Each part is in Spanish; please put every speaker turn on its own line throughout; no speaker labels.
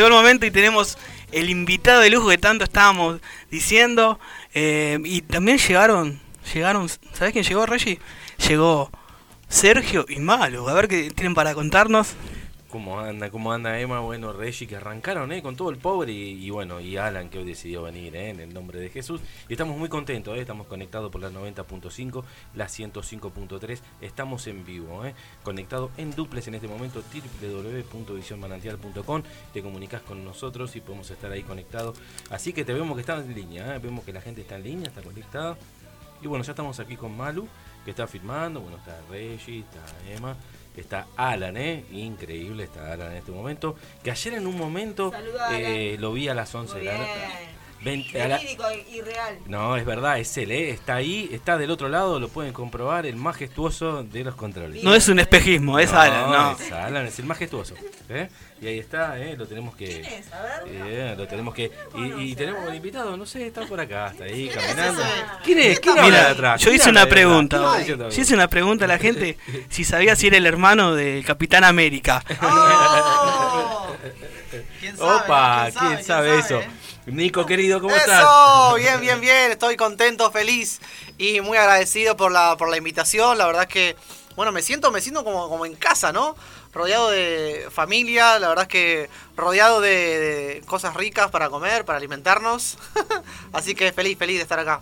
Llegó el momento y tenemos el invitado de lujo que tanto estábamos diciendo. eh, y también llegaron, llegaron, ¿sabés quién llegó, Reggie? Llegó Sergio y Malu. A ver qué tienen para contarnos.
¿Cómo anda? ¿Cómo anda Emma? Bueno, Reggie, que arrancaron eh, con todo el pobre y, y bueno, y Alan que hoy decidió venir eh, en el nombre de Jesús. Y estamos muy contentos, eh, estamos conectados por la 90.5, la 105.3, estamos en vivo, eh, conectados en duples en este momento, www.visionmanantial.com, te comunicas con nosotros y podemos estar ahí conectados. Así que te vemos que estás en línea, eh, vemos que la gente está en línea, está conectada. Y bueno, ya estamos aquí con Malu, que está firmando. Bueno, está Reggie, está Emma, está Alan, ¿eh? Increíble está Alan en este momento. Que ayer en un momento
Saluda, Alan.
eh, lo vi a las 11
Muy
de la
bien.
noche. Veinte- a la-
Verídico y real.
No, es verdad, es él, ¿eh? Está ahí, está del otro lado, lo pueden comprobar, el majestuoso de los controles.
No es un espejismo, es Alan, no.
Es Alan, es el majestuoso. ¿eh? Y ahí está, ¿eh? Lo tenemos que...
¿Quién es? A ver.
Eh, lo tenemos que. Y, y tenemos un invitado, no sé, está por acá, está ahí
es
caminando.
ese?
¿Quién es? ¿Quién habla de
Eh, Mira,
atrás?
yo
¿Quién
hice una
habla de atrás?
pregunta.
¿Quién habla de atrás?
Yo hice una pregunta a la gente si sabía si era el hermano del Capitán América.
¡Oh! ¿Quién sabe?
Opa, ¿quién sabe, eso? Nico querido, ¿cómo estás?
Eso, bien, bien, bien, estoy contento, feliz y muy agradecido por la, por la invitación. La verdad es que, bueno, me siento, me siento como, como en casa, ¿no? Rodeado de familia, la verdad es que rodeado de, de cosas ricas para comer, para alimentarnos. Así que feliz, feliz de estar acá.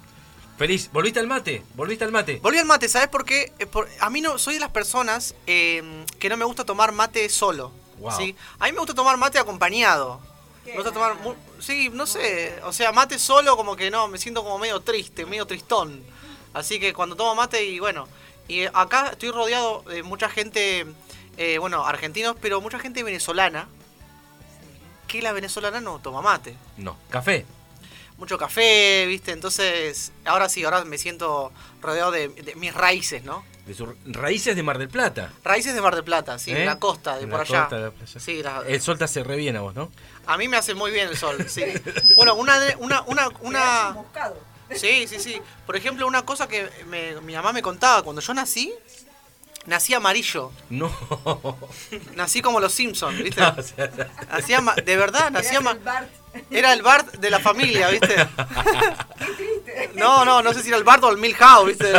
Feliz, ¿volviste al mate? ¿Volviste al mate?
Volví al mate, ¿sabes por qué? Eh, por- a mí no soy de las personas eh, que no me gusta tomar mate solo.
Wow.
¿sí? A mí me gusta tomar mate acompañado. Me gusta tomar. mu- Sí, no sé. O sea, mate solo, como que no, me siento como medio triste, medio tristón. Así que cuando tomo mate, y bueno. Y eh, acá estoy rodeado de mucha gente, eh, bueno, argentinos, pero mucha gente venezolana. Que la venezolana no toma mate
No, café.
mucho café, ¿viste? Entonces, ahora sí, ahora me siento rodeado de, de mis raíces, ¿no?
De sus raíces de Mar del Plata.
Raíces de Mar del Plata, sí,
¿eh?
de la costa, de
La
por allá.
costa, de la playa.
Sí, la-
El sol te hace re bien a vos, ¿no?
a mí me hace muy bien el sol, sí. Bueno, una, de- una, una,
Una...
una,
Buscado.
sí, sí, sí. Por ejemplo, una cosa que me- mi mamá me contaba, cuando yo nací, nací amarillo,
No.
nací como los Simpsons, ¿viste?
O sea,
Nací ama- de verdad, nací
Era
ama-
el Bart.
Era el Bart de la familia, ¿viste? No, no, no sé si era el Bart o el Milhouse, ¿viste?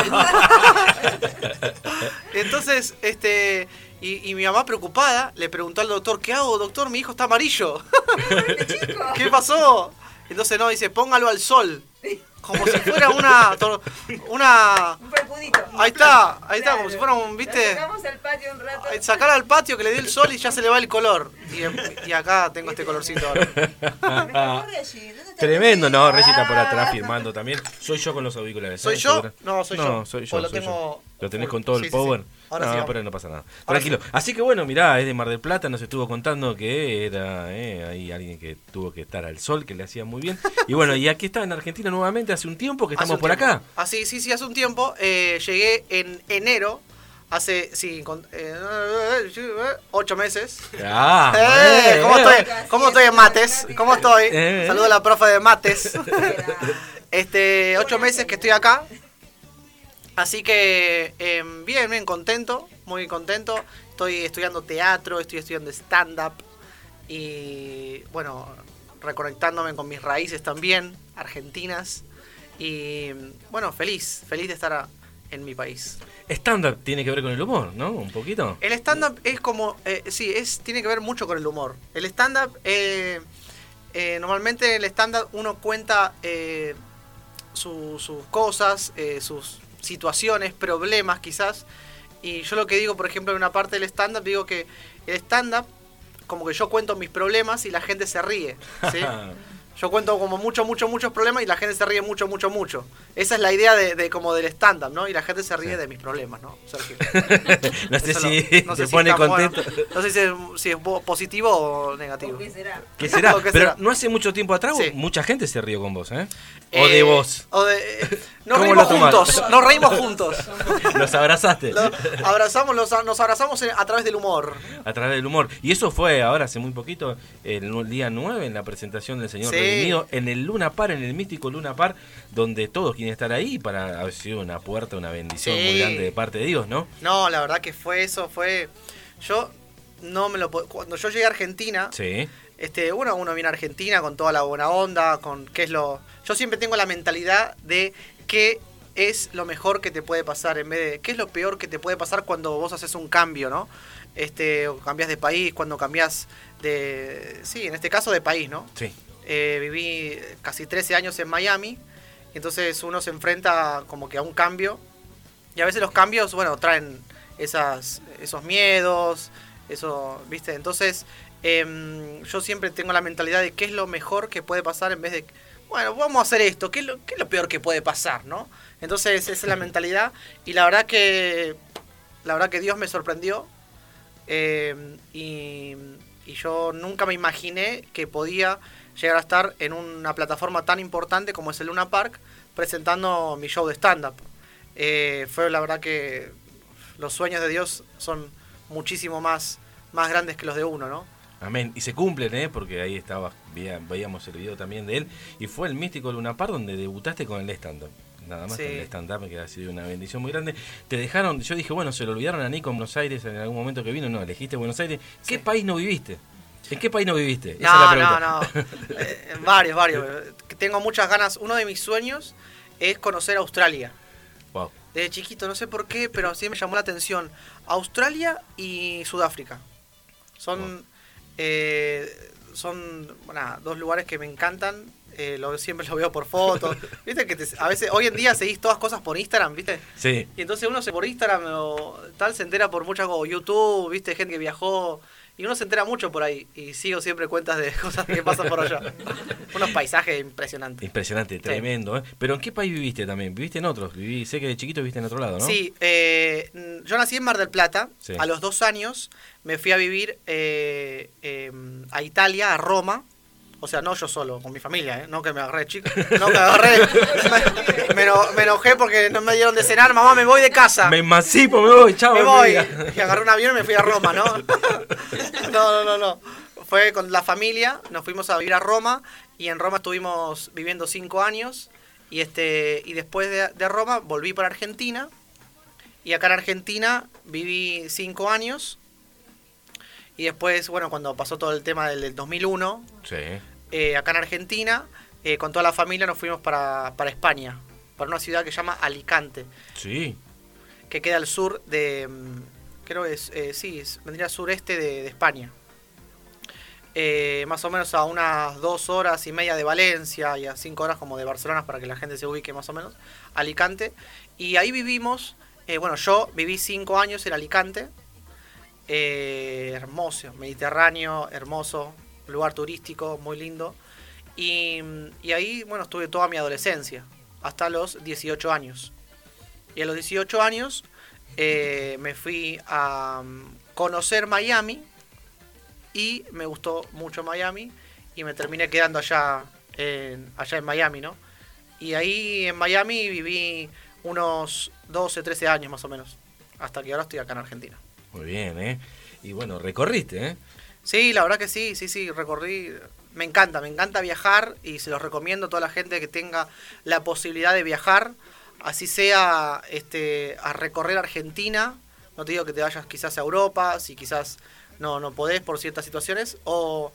Entonces, este. Y, y mi mamá preocupada le preguntó al doctor: ¿Qué hago, doctor? Mi hijo está amarillo. ¿Qué pasó? Entonces, no, dice: póngalo al sol. Como si fuera una. tor- Una.
Un percudito.
Ahí está, ahí está, como si fuera un,
Lo
¿viste?
sacamos al patio un rato.
Ay, Sacar al patio que le dé el sol y ya se le va el color. Y, y acá tengo este colorcito ahora.
Me tocó Reggie. ¿Dónde está
Ah, Tremendo,
Reggie?
no, Reggie está por
Ah.
atrás firmando también. Soy yo con los auriculares.
¿Soy
¿sabes?
yo?
Seguro.
No, soy yo.
No, soy yo.
O lo
soy yo.
tengo
Lo tenés
full.
con todo el
Sí, sí,
power.
sí. Ahora
no,
sí, vamos.
pero no pasa nada.
Ahora
Tranquilo. Así que bueno, mirá, es de Mar del Plata, nos estuvo contando que era eh, ahí alguien que tuvo que estar al sol, que le hacía muy bien. Y bueno, y aquí está en Argentina nuevamente, hace un tiempo que
Hace
estamos
un
por
tiempo.
acá.
Ah, sí, sí, sí, hace un tiempo. eh, llegué en enero, hace, sí, con- eh, ocho meses.
Ah,
Eh,
eh,
¿Cómo
eh.
estoy? ¿Cómo estoy en mates? ¿Cómo estoy?
Eh.
Saludo a la profe de mates. Este, ocho meses que estoy acá. Así que eh, bien, bien contento, muy contento. Estoy estudiando teatro, estoy estudiando stand-up y bueno, reconectándome con mis raíces también, argentinas. Y bueno, feliz, feliz de estar a- en mi país.
Stand-up tiene que ver con el humor, ¿no? Un poquito.
El stand-up es como, eh, sí, es, tiene que ver mucho con el humor. El stand-up, eh, eh, normalmente el stand-up uno cuenta eh, su- sus cosas, eh, sus situaciones, problemas quizás. Y yo lo que digo, por ejemplo, en una parte del stand-up, digo que el stand-up, como que yo cuento mis problemas y la gente se ríe. ¿sí?
Ah,
Yo cuento como mucho, mucho, muchos problemas y la gente se ríe mucho, mucho, mucho. Esa es la idea de, de como del stand-up, ¿no? Y la gente se ríe
Sí.
de mis problemas, ¿no? Sergio.
no sé
Eso
si
lo- no
Este
sé
se
si
pone
está bueno.
contento.
No sé si es, si es bo- positivo o negativo.
¿Por qué será?
¿Qué será?
¿Qué
Pero
será?
no hace mucho tiempo atrás
Sí.
mucha gente se rió con vos, ¿eh?
Eh,
O de vos.
o de- eh, nos
¿Cómo
reímos
lo tomás?
juntos. Nos reímos juntos.
Los abrazaste.
Lo- abrazamos, los, nos abrazamos en- a través del humor.
A través del humor. Y eso fue ahora hace muy poquito, el nu- día 9, en la presentación del Señor
Sí.
Redimido, en el Luna Par, en el místico Luna Par, donde todos quieren estar ahí para haber sido una puerta, una bendición
Sí.
muy grande de parte de Dios, ¿no?
No, la verdad que fue eso, fue. Yo no me lo po- Cuando yo llegué a Argentina,
Sí.
Este, uno, uno viene a Argentina con toda la buena onda, con qué es lo... Yo siempre tengo la mentalidad de qué es lo mejor que te puede pasar, en vez de qué es lo peor que te puede pasar cuando vos haces un cambio, ¿no? Este, o cambias de país, cuando cambias de... Sí, en este caso de país, ¿no?
Sí.
Eh, viví casi 13 años en Miami, entonces uno se enfrenta como que a un cambio. Y a veces los cambios, bueno, traen esas, esos miedos, eso, ¿viste? Entonces, em, yo siempre tengo la mentalidad de qué es lo mejor que puede pasar en vez de, bueno, vamos a hacer esto, ¿qué es lo, qué es lo peor que puede pasar, no? Entonces, esa es la mentalidad. Y la verdad que, la verdad que Dios me sorprendió. em, y, y yo nunca me imaginé que podía llegar a estar en una plataforma tan importante como es el Luna Park presentando mi show de stand-up. Eh, fue la verdad que los sueños de Dios son muchísimo más, más grandes que los de uno, ¿no?
Amén. Y se cumplen, ¿eh? Porque ahí estaba, veía- veíamos el video también de él. Y fue el místico Luna Par donde debutaste con el stand-up. Nada más
Sí.
con el stand-up, que ha sido una bendición muy grande. Te dejaron, yo dije, bueno, se lo olvidaron a Nico en Buenos Aires en algún momento que vino. No, elegiste Buenos Aires. ¿Qué
Sí.
país no viviste? ¿En qué país no viviste? Esa
No,
es la
no,
pregunta.
no. Eh, varios, varios. Que Tengo muchas ganas. Uno de mis sueños es conocer Australia.
Wow.
Desde chiquito, no sé por qué, pero sí me llamó la atención. Australia y Sudáfrica. Son, eh, son bueno, nada, dos lugares que me encantan. Eh, lo, siempre lo veo por fotos. Viste que te- a veces, hoy en día seguís todas cosas por Instagram, ¿viste?
Sí.
Y entonces uno se por Instagram o tal se entera por muchas cosas, o YouTube, viste, gente que viajó. Y uno se entera mucho por ahí. Y sigo siempre cuentas de cosas que pasan por allá. Unos paisajes impresionantes.
Impresionante, tremendo. ¿eh? Pero ¿en qué país viviste también? ¿Viviste en otros? Viví, sé que de chiquito viviste en otro lado, ¿no?
Sí, eh, mm, yo nací en Mar del Plata.
Sí.
A los dos años me fui a vivir eh, eh, a Italia, a Roma. O sea, no yo solo, con mi familia, ¿eh? No que me agarré, chico. No que me agarré. Me, me eno- me enojé porque no me dieron de cenar. Mamá, me voy de casa.
Me emancipo, me voy, chao.
me voy.
amiga.
Y agarré un avión y me fui a Roma, ¿no? No, no, no, no. Fue con la familia, nos fuimos a vivir a Roma y en Roma estuvimos viviendo cinco años y este y después de, de Roma volví para Argentina y acá en Argentina viví cinco años y después, bueno, cuando pasó todo el tema del, del 2001,
Sí.
eh, acá en Argentina, eh, con toda la familia nos fuimos para, para España, para una ciudad que se llama Alicante
Sí.
que queda al sur de. mm, Creo que es. eh, sí, es- vendría al sureste de, de España. Eh, más o menos a unas dos horas y media de Valencia y a cinco horas como de Barcelona para que la gente se ubique más o menos. Alicante. Y ahí vivimos. eh, bueno, yo viví cinco años en Alicante. Eh, hermoso, mediterráneo, hermoso, lugar turístico, muy lindo. Y, y ahí, bueno, estuve toda mi adolescencia, hasta los 18 años. Y a los 18 años eh, me fui a mm, conocer Miami y me gustó mucho Miami y me terminé quedando allá en, allá en Miami, ¿no? Y ahí en Miami viví unos 12, 13 años más o menos, hasta que ahora estoy acá en Argentina.
Muy bien, ¿eh? Y bueno, recorriste, ¿eh?
Sí, la verdad que sí, sí, sí, recorrí. Me encanta, me encanta viajar y se los recomiendo a toda la gente que tenga la posibilidad de viajar, así sea este, a recorrer Argentina. No te digo que te vayas quizás a Europa, si quizás no, no podés por ciertas situaciones. O,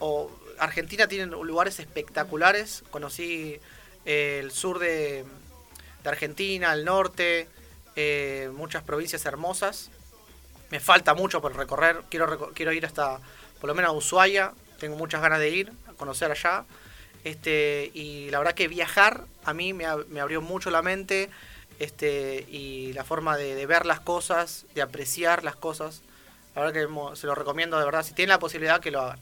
o Argentina tiene lugares espectaculares. Conocí eh, el sur de, de Argentina, el norte, eh, muchas provincias hermosas me falta mucho por recorrer. Quiero, reco- quiero ir hasta, por lo menos a Ushuaia. Tengo muchas ganas de ir, a conocer allá. Este, y la verdad que viajar a mí me, ab- me abrió mucho la mente este, y la forma de, de ver las cosas, de apreciar las cosas. La verdad que mo- se lo recomiendo de verdad. Si tienen la posibilidad, que lo hagan.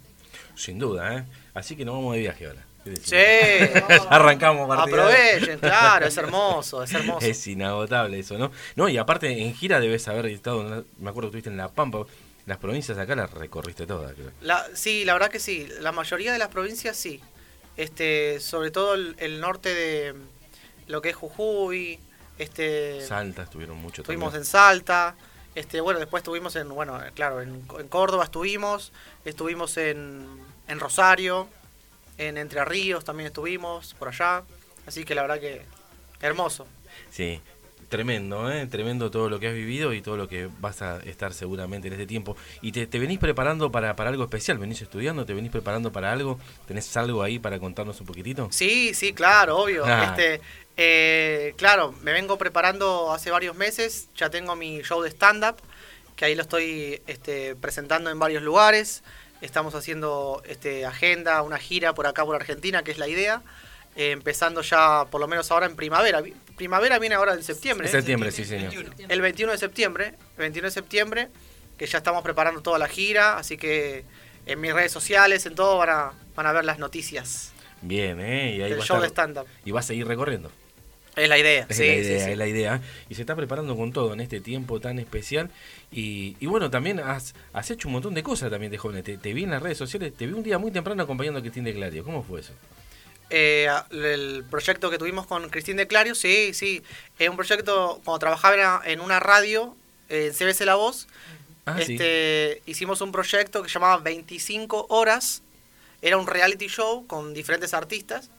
Sin duda, ¿eh? Así que nos vamos de viaje ahora. ¿Qué decís?
Sí,
Arrancamos partida.
aprovechen, claro, es hermoso, es hermoso.
Es inagotable eso, ¿no? No, y aparte en gira debes haber estado, en la- me acuerdo que estuviste en La Pampa, las provincias acá las recorriste todas, creo.
La- sí, la verdad que sí. La mayoría de las provincias sí. Este, sobre todo el, el norte de lo que es Jujuy. Este,
Salta estuvieron mucho
estuvimos
también.
en Salta. Este, bueno, después estuvimos en, bueno, claro, en, en Córdoba estuvimos, estuvimos en, en Rosario, en Entre Ríos también estuvimos por allá. Así que la verdad que hermoso.
Sí, Tremendo, ¿eh? tremendo todo lo que has vivido y todo lo que vas a estar seguramente en este tiempo. ¿Y te, te venís preparando para, para algo especial? ¿Venís estudiando? ¿Te venís preparando para algo? ¿Tenés algo ahí para contarnos un poquitito?
Sí, sí, claro, obvio.
Ah.
Este, eh, claro, me vengo preparando hace varios meses. Ya tengo mi show de stand-up, que ahí lo estoy este, presentando en varios lugares. Estamos haciendo este, agenda, una gira por acá, por Argentina, que es la idea. Eh, empezando ya, por lo menos ahora en primavera. Vi- Primavera viene ahora en septiembre. ¿eh?
En septiembre, sí, señor.
El 21 de septiembre, 21 de septiembre, que ya estamos preparando toda la gira, así que en mis redes sociales, en todo, van a, van a ver las noticias
Bien, ¿eh? Y ahí
del
va a
show de
estar-
stand-up.
Y vas a seguir recorriendo.
Es la idea,
Es
sí,
la idea,
sí, sí.
es la idea. Y se está preparando con todo en este tiempo tan especial. Y, y bueno, también has, has hecho un montón de cosas también de joven. Te, te vi en las redes sociales, te vi un día muy temprano acompañando a Cristina de Clario. ¿Cómo fue eso?
Eh, el proyecto que tuvimos con Cristín de Clario, sí, sí. Es un proyecto, cuando trabajaba en a- en una radio, en CBC La Voz,
Ah, sí.
este, hicimos un proyecto que se llamaba 25 Horas. Era un reality show con diferentes artistas.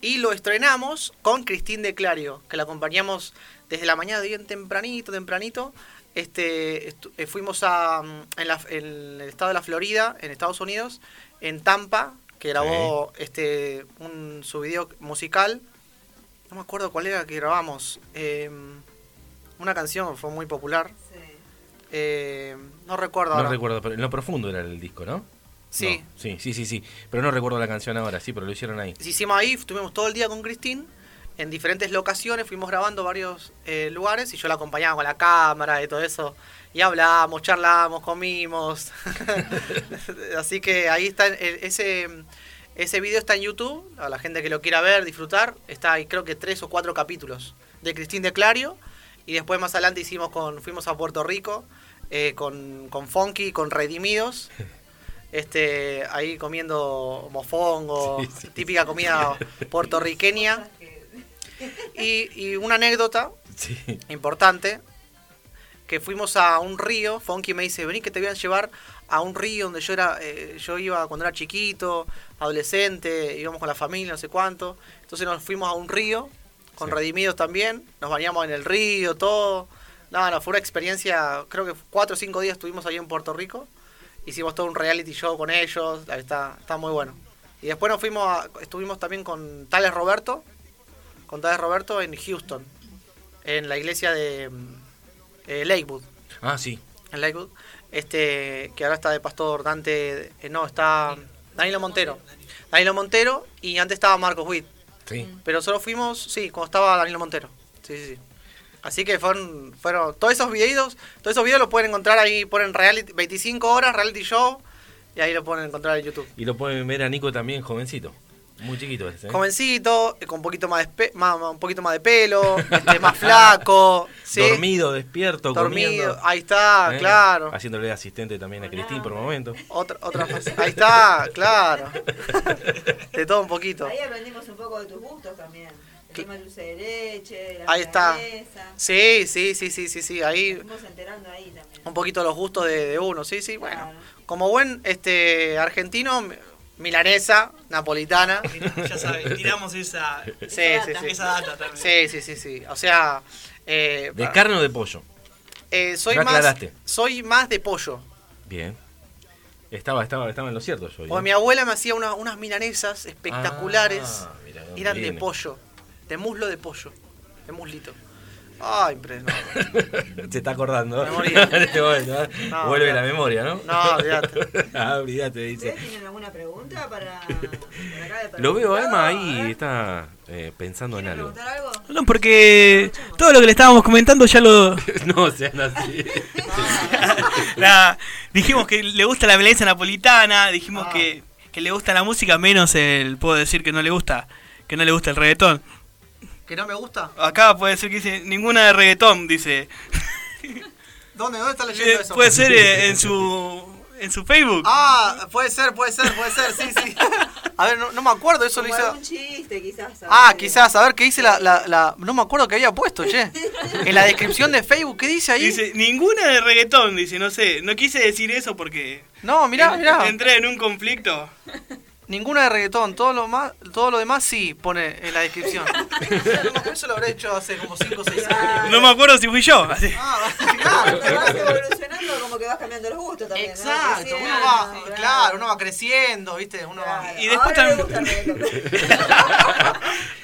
Y lo estrenamos con Cristín de Clario, que la acompañamos desde la mañana, bien tempranito, tempranito. Este, estu- eh, fuimos a, mm, en, la- en el estado de la Florida, en Estados Unidos, en Tampa, que grabó este, un, su video musical. No me acuerdo cuál era que grabamos. em, una canción, fue muy popular.
Sí.
Eh, no recuerdo
No
ahora.
recuerdo, pero en lo profundo era el disco, ¿no?
Sí.
No, sí, sí, sí, sí. Pero no recuerdo la canción ahora, sí, pero lo hicieron ahí.
Nos Hicimos ahí, estuvimos todo el día con Cristín en diferentes locaciones, fuimos grabando varios eh, lugares y yo la acompañaba con la cámara y todo eso. Y hablábamos, charlábamos, comimos. Así que ahí está el- ese, ese video está en YouTube, a la gente que lo quiera ver, disfrutar. Está ahí creo que tres o cuatro capítulos de Cristín de Clario. Y después más adelante hicimos con, fuimos a Puerto Rico eh, con, con Funky, con Redimidos. Este, ahí comiendo mofongo,
Sí, sí.
típica comida puertorriqueña. Y, y una anécdota
Sí.
importante, que fuimos a un río, Funky me dice, vení que te voy a llevar a un río donde yo era, eh, yo iba cuando era chiquito, adolescente, íbamos con la familia, no sé cuánto. Entonces nos fuimos a un río, con
Sí.
redimidos también, nos bañamos en el río, todo. Nada, no, fue una experiencia, creo que cuatro o cinco días estuvimos ahí en Puerto Rico, hicimos todo un reality show con ellos, ahí está, está muy bueno. Y después nos fuimos a- estuvimos también con Tales Roberto, con Tales Roberto en Houston, en la iglesia de mm, eh, Lakewood
Ah, sí.
en Lakewood, este, que ahora está de pastor Dante, eh, no, está Danilo Montero. Danilo Montero y antes estaba Marcos Witt,
Sí.
pero solo fuimos, sí, cuando estaba Danilo Montero. Sí, sí, sí. Así que fueron, fueron todos esos videos, todos esos videos los pueden encontrar ahí, ponen reality, 25 horas, reality show, y ahí lo pueden encontrar en YouTube.
Y lo pueden ver a Nico también, jovencito. Muy chiquito este. ¿eh?
Jovencito, eh, con un poquito más de, espe- más- más- un poquito más de pelo, este, más flaco, ¿sí?
Dormido, despierto,
dormido,
comiendo.
ahí está,
¿eh?
claro.
Haciéndole asistente también a Cristín por momentos.
Otra, otra fase. Ahí está, claro. De todo un poquito.
Ahí aprendimos un poco de tus gustos también. El tema del dulce de leche, la
Ahí está.
milanesa.
Sí, sí, sí, sí, sí, sí. Ahí
Nos fuimos enterando ahí también.
un poquito los gustos de, de uno. Sí, sí, bueno.
Claro.
Como buen este argentino, mi- milanesa, napolitana.
Ya sabes, tiramos esa,
Sí, sí, sí.
esa data también.
Sí, sí, sí, sí. O sea, eh,
¿De carne o de pollo?
eh, soy
No
más
aclaraste.
soy más de pollo.
Bien. Estaba, estaba, estaba en lo cierto yo. ¿eh?
Porque mi abuela me hacía una- unas milanesas espectaculares.
Ah, mirá dónde
Eran de
viene.
pollo, de muslo de pollo, de muslito. Ay, impresionante.
Se está acordando.
Memoria.
En este momento, ¿eh?
No,
Vuelve
olvidate.
la memoria, ¿no?
No, olvidate.
ah, olvidate, dice.
¿Ustedes tienen alguna pregunta para, para acá de
Lo veo a Emma
No, a
ahí,
ver,
está eh, pensando en
¿quieren
algo.
preguntar algo?
No, porque todo lo que le estábamos comentando ya lo...
no sean así.
Ah,
la- dijimos que le gusta la violencia napolitana, dijimos
Ah.
que, que le gusta la música, menos el... Puedo decir que no le gusta, que no le gusta el reggaetón.
¿Que no me gusta?
Acá puede ser que dice, ninguna de reggaetón, dice.
¿Dónde, dónde está
Eh,
leyendo eso?
puede ser eh, en su en su Facebook.
Ah, puede ser, puede ser, puede ser, sí, sí. A ver, no, no me acuerdo, eso lo
Como
hice.
algún chiste quizás.
Ah,
algo.
quizás, a ver qué dice la, la, la- No me acuerdo que había puesto, che. En la descripción de Facebook, ¿qué dice ahí?
Dice, ninguna de reggaetón, dice, no sé, no quise decir eso porque
No, mirá,
en-
mirá.
entré en un conflicto.
Ninguna de reggaetón, todo lo más, todo lo demás sí pone en la descripción. Eso lo habré hecho hace como 5 o 6 años.
No me acuerdo si fui yo. así.
Ah,
Claro,
claro,
te vas
claro.
evolucionando como que vas cambiando los gustos también. ¿no?
Exacto,
Creciendo,
uno va,
sí,
claro, uno va creciendo, ¿viste? Uno va.
Claro.
Y después
Ahora me
también-
gusta el reggaetón.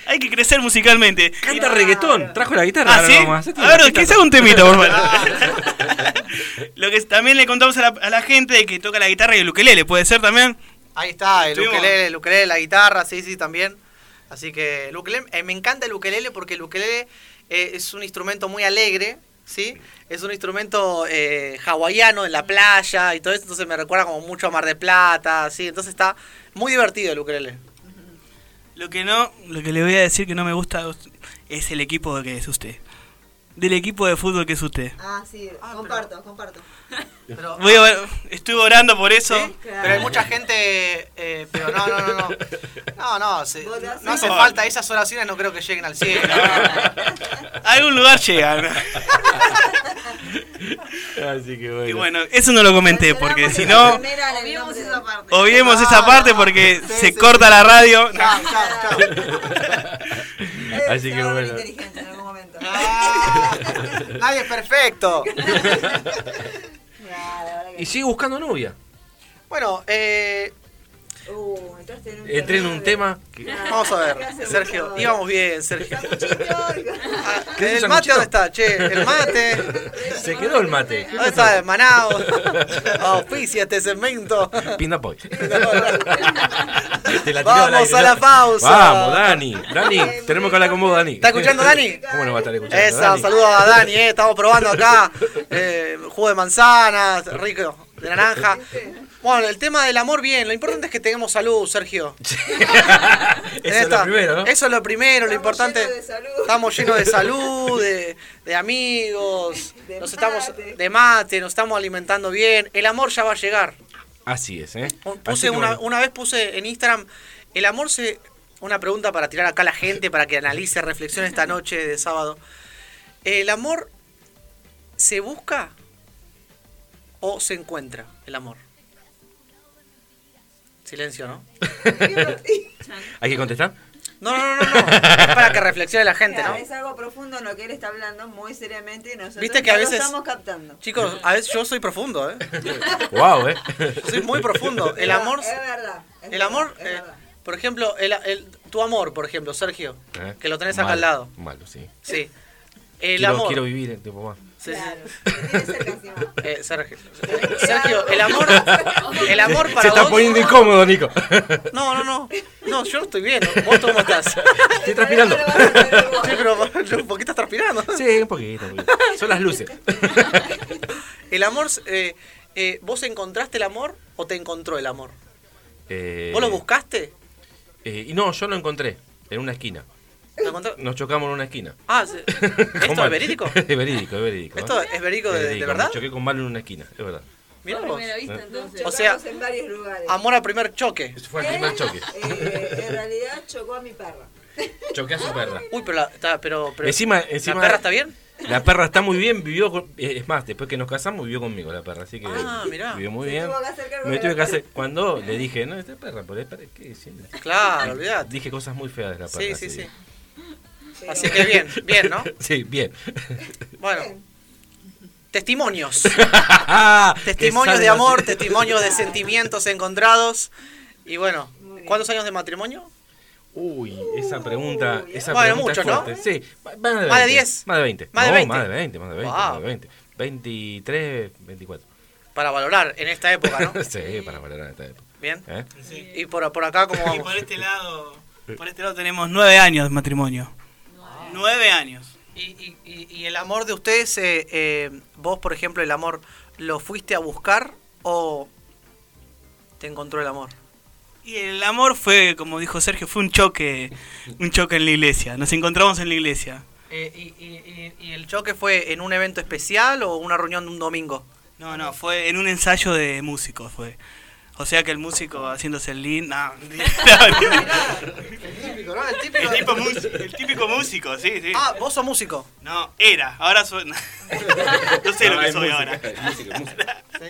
Hay que crecer musicalmente.
Canta reggaetón, trajo la guitarra.
¿Ah,
ahora
sí?
nomás.
A ver, que sea un temita, por favor. Lo que también le contamos a la, a la gente que toca la guitarra y el ukelele, ¿puede ser también?
Ahí está, el
Estuvimos-
ukelele, el ukelele, la guitarra, sí, sí, también. Así que el ukelele, eh, me encanta el ukelele porque el ukelele eh, es un instrumento muy alegre, ¿sí? Es un instrumento eh, hawaiano en la playa y todo eso, entonces me recuerda como mucho a Mar de Plata, ¿sí? Entonces está muy divertido el ukelele.
Lo que no, lo que le voy a decir que no me gusta es el equipo que es usted. Del equipo de fútbol que es usted.
Ah, sí, comparto, comparto.
Pero,
Voy a ver, estuve orando por eso.
¿sí?
Claro.
Pero hay mucha gente, eh, pero no, no, no, no. No, no, se-
Vos te haces-
no hace falta, esas oraciones no creo que lleguen al cielo.
A algún lugar llegan.
Así que bueno.
Y bueno, eso no lo comenté porque si no,
Obviemos esa parte.
obviemos esa parte porque
Sí,
se
sí.
corta la radio.
Chao, chao, chao.
Así que bueno.
inteligente en algún momento.
Ah, Nadie es perfecto.
Claro, ahora que-
Y sigue buscando novia.
Bueno, eh,
Uh, entraste en un
Entré en un tema. que-
Claro.
vamos a
¿Qué
ver,
hacemos
Sergio.
ahora?
Íbamos bien, Sergio.
Sanguchito.
Ah,
¿Qué es
¿El
el
mate
sanguchito?
dónde está? Che, el mate.
Se quedó el mate.
¿Dónde está? Manao. Auspicia este segmento.
Pinda Boy.
Vamos a la pausa.
Vamos, Dani. Dani, tenemos que hablar con vos, Dani.
¿Está escuchando, Dani?
¿Cómo no va a estar escuchando?
Esa,
Dani?
saludos a Dani, eh, estamos probando acá. eh, jugo de manzana, rico, de naranja. Bueno, el tema del amor, bien, lo importante es que tengamos salud, Sergio.
Eso es
Esta-
lo primero, ¿no?
Eso es lo primero, lo
Estamos
importante.
llenos de salud.
Estamos llenos de salud, de, de amigos,
De
nos
mate.
estamos de mate, nos estamos alimentando bien. El amor ya va a llegar.
Así es, ¿eh? Así
Puse
que
una,
bueno.
una vez puse en Instagram, el amor se... Una pregunta para tirar acá a la gente, para que analice, reflexione esta noche de sábado. ¿El amor se busca o se encuentra el amor? Silencio, ¿no?
¿Hay que contestar?
No, no, no, no. no. Es para que reflexione la gente,
Mira,
¿no?
Es algo profundo en lo que él está hablando muy seriamente y nosotros
Viste que a
no
veces-
lo estamos captando.
Chicos, a veces yo soy profundo, ¿eh?
Wow, ¿eh?
Soy muy profundo. El
Es
amor...
verdad, Es verdad. es
El
verdad,
amor...
es
eh,
verdad.
por ejemplo, el, el- tu amor, por ejemplo, Sergio,
¿Eh?
que lo tenés acá
Malo,
al lado.
Malo, sí.
Sí. El
quiero,
amor.
quiero vivir en tiempo más.
Sí, sí.
Claro. Te tiene cerca encima.
Eh, Sergio. Sergio, el amor, el amor
Se
para
está
vos.
poniendo incómodo, Nico.
No, no, no. No, yo no estoy bien. ¿Vos cómo estás?
Estoy transpirando.
El problema lo vas a tener vos.
Che, pero yo, ¿por qué estás transpirando?
Sí, un poquito, un poquito. Son las luces.
El amor, eh, eh, ¿vos encontraste el amor o te encontró el amor?
Eh,
¿Vos lo buscaste?
eh, y no, yo lo encontré en una esquina.
¿Lo encontró-
Nos chocamos en una esquina.
Ah, sí. ¿esto es
Mal.
verídico?
es verídico, es verídico.
¿Esto
¿eh?
es verídico de- de,
Verídico,
verdad?
Me choqué con Malo en una esquina, es verdad.
Mirá
Fue a
vos.
primera vista,
¿Eh?
entonces.
O
O
sea,
sea, en varios lugares.
Amor a primer choque.
Ese fue el primer choque.
Eh, en realidad chocó a mi perra.
Choqué a su perra.
Uy, pero la, está, pero, pero-
Encima-
¿la
encima-
perra está bien?
La perra está muy bien, vivió con- eh, es más, después que nos casamos vivió conmigo la perra, así que
Ah, mirá.
vivió muy
Se
bien.
tuvo que hacer cargo
Me
de
tuve
la
que hacer cuando le dije, "No, esta perra, por ahí, para qué siempre".
Claro, olvidate.
Dije cosas muy feas de la perra.
Sí, sí, sí.
pero-
Así que bien, bien, ¿no?
Sí, bien.
Bueno. Testimonios.
Que
Testimonios de
salga
amor,
así.
testimonios de sentimientos encontrados. Y bueno,
Muy bien.
¿cuántos años de matrimonio?
Uy, esa pregunta, esa
Bueno,
pregunta
mucho,
es
¿no?
fuerte. Sí, ma- más de 20.
Más de 10.
Más de 20.
Más de
No,
20.
Más de 20, más de 20,
Wow.
más de 20. 23, 24.
Para valorar en esta época, ¿no?
sí, para valorar esta época.
Bien.
¿eh?
Y por, por acá, ¿cómo
Y
vamos?
por este lado, por este lado tenemos nueve años de matrimonio. Nueve años.
¿Y, y- y- y el amor de ustedes, eh, eh, vos, por ejemplo, el amor, ¿lo fuiste a buscar o te encontró el amor?
Y el amor fue, como dijo Sergio, fue un choque, un choque en la iglesia. Nos encontramos en la iglesia.
Eh, y, y- y- y el choque fue en un evento especial o una reunión de un domingo?
No, no, fue en un ensayo de músicos fue. O sea que el músico haciéndose el lindo.
El típico, ¿no? El típico.
el, tipo mus- el típico músico, sí, sí.
Ah, vos sos músico.
No, era, ahora soy. No sé lo
Ah,
que
es
soy
música,
ahora.
es música, es música.
Sí,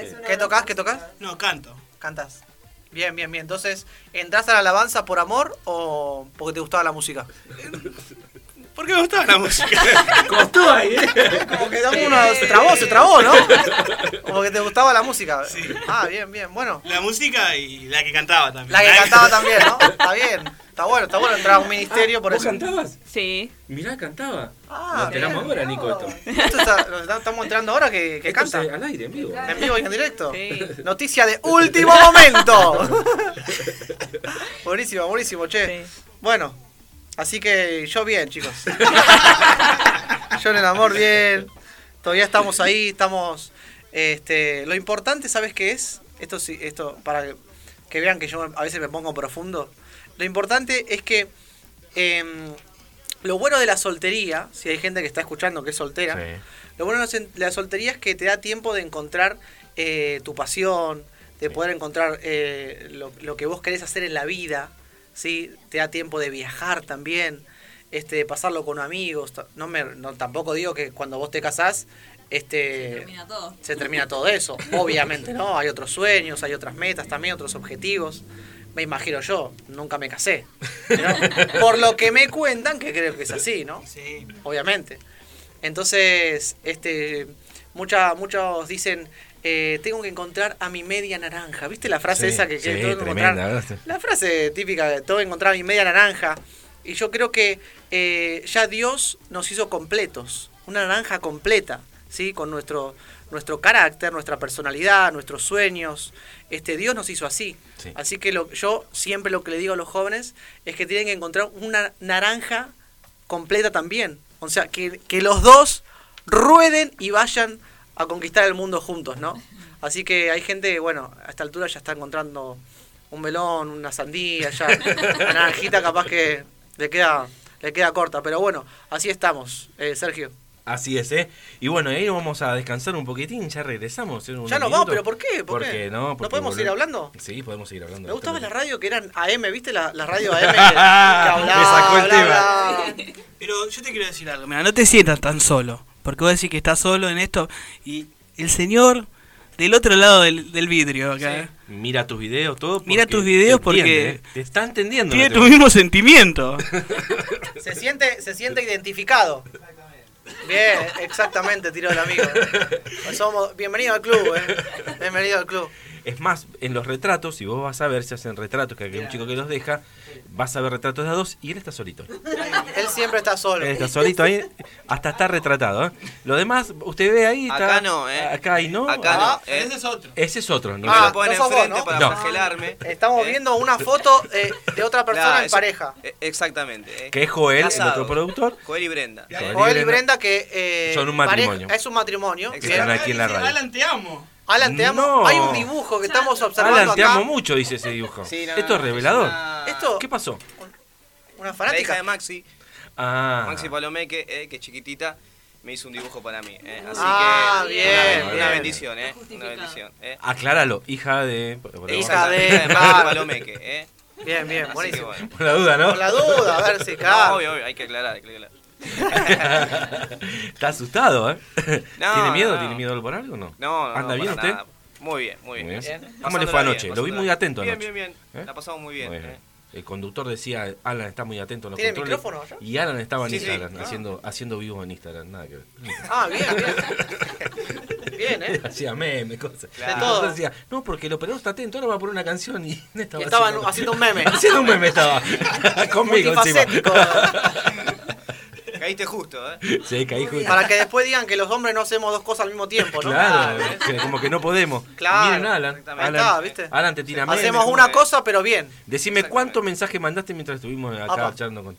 es una
¿Qué tocás? ¿Qué tocás?
No, canto.
Cantás. Bien, bien, bien. Entonces, ¿entras a la alabanza por amor o porque te gustaba la música?
¿Por qué me gustaba la música?
Costó ahí, ¿eh?
Como que dame una- se trabó, se trabó, ¿no? Como que te gustaba la música.
Sí.
Ah, bien, bien. Bueno,
La música y la que cantaba también.
la que cantaba también, ¿no? Está bien. Está bueno, está bueno entrar a un ministerio por
Ah, ¿Vos
eso.
cantabas?
Sí.
Mirá, cantaba.
Ah,
Nos enteramos
bien.
ahora, Nico, esto.
Esto está- nos está- estamos entrando ahora que, que
Esto
canta.
se- al aire, en vivo.
En vivo y en directo.
Sí.
Noticia de último momento. buenísimo, buenísimo, che.
Sí.
Bueno, así que yo bien, chicos. yo en el amor bien. Todavía estamos ahí, estamos. Este, lo importante, ¿sabes qué es? Esto sí, esto, para que, que vean que yo a veces me pongo profundo. Lo importante es que em, lo bueno de la soltería, si hay gente que está escuchando que es soltera, lo bueno de la soltería es que te da tiempo de encontrar eh, tu pasión, de poder encontrar eh, lo, lo que vos querés hacer en la vida, ¿sí? Te da tiempo de viajar también, este, de pasarlo con amigos. ta- No me, no, tampoco digo que cuando vos te casás, este,
Termina todo.
se termina todo eso. Obviamente, ¿no? Hay otros sueños, hay otras metas también, otros objetivos. Me imagino yo, nunca me casé. ¿no? Por lo que me cuentan, que creo que es así, ¿no?
Sí.
obviamente. Entonces, este, mucha, muchos dicen, eh, tengo que encontrar a mi media naranja. ¿Viste la frase esa que, que
sí,
tengo que
tremenda,
encontrar?
¿verdad?
La frase típica de tengo que encontrar a mi media naranja. Y yo creo que eh, ya Dios nos hizo completos, una naranja completa, ¿sí? Con nuestro, nuestro carácter, nuestra personalidad, nuestros sueños. Este, Dios nos hizo así.
Sí.
Así que lo, yo siempre lo que le digo a los jóvenes es que tienen que encontrar una naranja completa también. O sea, que, que los dos rueden y vayan a conquistar el mundo juntos, ¿no? Así que hay gente, bueno, a esta altura ya está encontrando un melón, una sandía, ya una naranjita capaz que le queda, le queda corta. Pero bueno, así estamos, eh, Sergio.
Así es, ¿eh? Y bueno, ahí vamos a descansar un poquitín, ya regresamos. ¿eh? en unos
Ya nos vamos,
minutos.
pero ¿por qué? ¿Por
Porque
qué?
no,
¿No
porque
podemos seguir
volve-
hablando?
Sí, podemos seguir hablando.
Me gustaba la
bastante.
radio que eran AM, ¿viste? La, la radio AM. que- que hablaba,
Me sacó el
bla, bla.
Pero yo te quiero decir algo, mira, no te sientas tan solo, porque vos decís que estás solo en esto y el señor del otro lado del, del vidrio acá eh,
Mira tus videos, todo.
Mira
porque
tus videos
te entiende,
porque
¿eh? Te está entendiendo.
tiene
no
tu
te-
mismo sentimiento.
Se siente, se siente identificado. Bien, exactamente, tiró el amigo. Somos, bienvenido al club, eh. Bienvenido al club.
Es más, en los retratos, si vos vas a ver, si hacen retratos, que hay un chico que los deja, vas a ver retratos de a dos y él está solito.
Él siempre está solo.
Él está solito ahí, hasta está retratado. ¿eh? Lo demás, usted ve ahí. está-
Acá no, ¿eh?
Acá y no.
Acá
ah,
no.
Ah,
¿eh?
otro.
Ese es otro. ¿no?
No me
Ah,
lo
no
ponen
sos vos,
enfrente
¿no?
para
No.
flagelarme.
Estamos
¿eh?
viendo una foto eh, de otra persona
Claro,
en
eso-
pareja.
eh, Exactamente. ¿eh?
que es Joel, el otro
Casados.
productor.
Joel y Brenda.
Joel
Joel y Brenda que eh,
Son un
pareja-
matrimonio.
es un matrimonio.
Exacto.
que están
Bien.
aquí en la radio.
te amo.
Alan, te amo.
No.
Hay un dibujo que estamos observando
Alan, te
acá.
amo mucho, dice ese dibujo.
Sí, no,
Esto es revelador.
una-
Esto-
¿Qué pasó?
Una
La hija de
fanática.
Maxi,
Ah,
Maxi Palomeque, eh, que es chiquitita, me hizo un dibujo para mí. eh, Así
Ah,
que
bien,
una,
bien.
una bendición, ¿eh? Una bendición. ¿eh?
acláralo. Hija de. Ah, por- por-
Hija de-
Hija Maxi Palomeque, ¿eh?
Bien, bien,
Así que
buenísimo.
bueno.
Por la duda, ¿no?
Por la duda, a ver si
No,
claro.
obvio, obvio, hay que aclarar, hay que aclarar.
Está asustado, ¿eh? ¿Tiene miedo?
no.
¿Tiene miedo por algo o no?
No, no,
¿Anda
no,
bien
para
usted?
nada. Muy bien, muy bien.
Muy bien.
¿Eh?
¿Cómo le fue
Pasándola
anoche?
bien,
Lo vi muy
pasándola
atento
bien,
anoche.
Bien, bien,
¿Eh?
bien. La pasamos muy bien.
Muy bien.
¿eh?
El conductor decía, Alan está muy atento en los
¿Tiene
controles.
micrófono allá?
Y Alan estaba en
Sí, sí.
Instagram,
Ah.
haciendo, haciendo vivos en Instagram, nada que ver.
Ah, bien, bien. Bien, eh.
Hacía memes, cosas.
Claro.
Y entonces decía, no, porque el operador está atento, ahora va por una canción y no estaba
Y estaban
haciendo-
haciendo un meme.
haciendo un meme estaba. Conmigo
Multifacético.
encima.
Caíste justo, ¿eh?
Sí, caí justo.
Para que después digan que los hombres no hacemos dos cosas al mismo tiempo, ¿no? ¿eh?
Claro, que como que no podemos.
Claro,
Miren, Alan.
exactamente.
Alan,
Está, ¿viste?
Alan te tira memes.
Hacemos una cosa, pero bien.
Decime cuánto
Exactamente.
mensaje mandaste mientras estuvimos acá
Apa.
charlando con.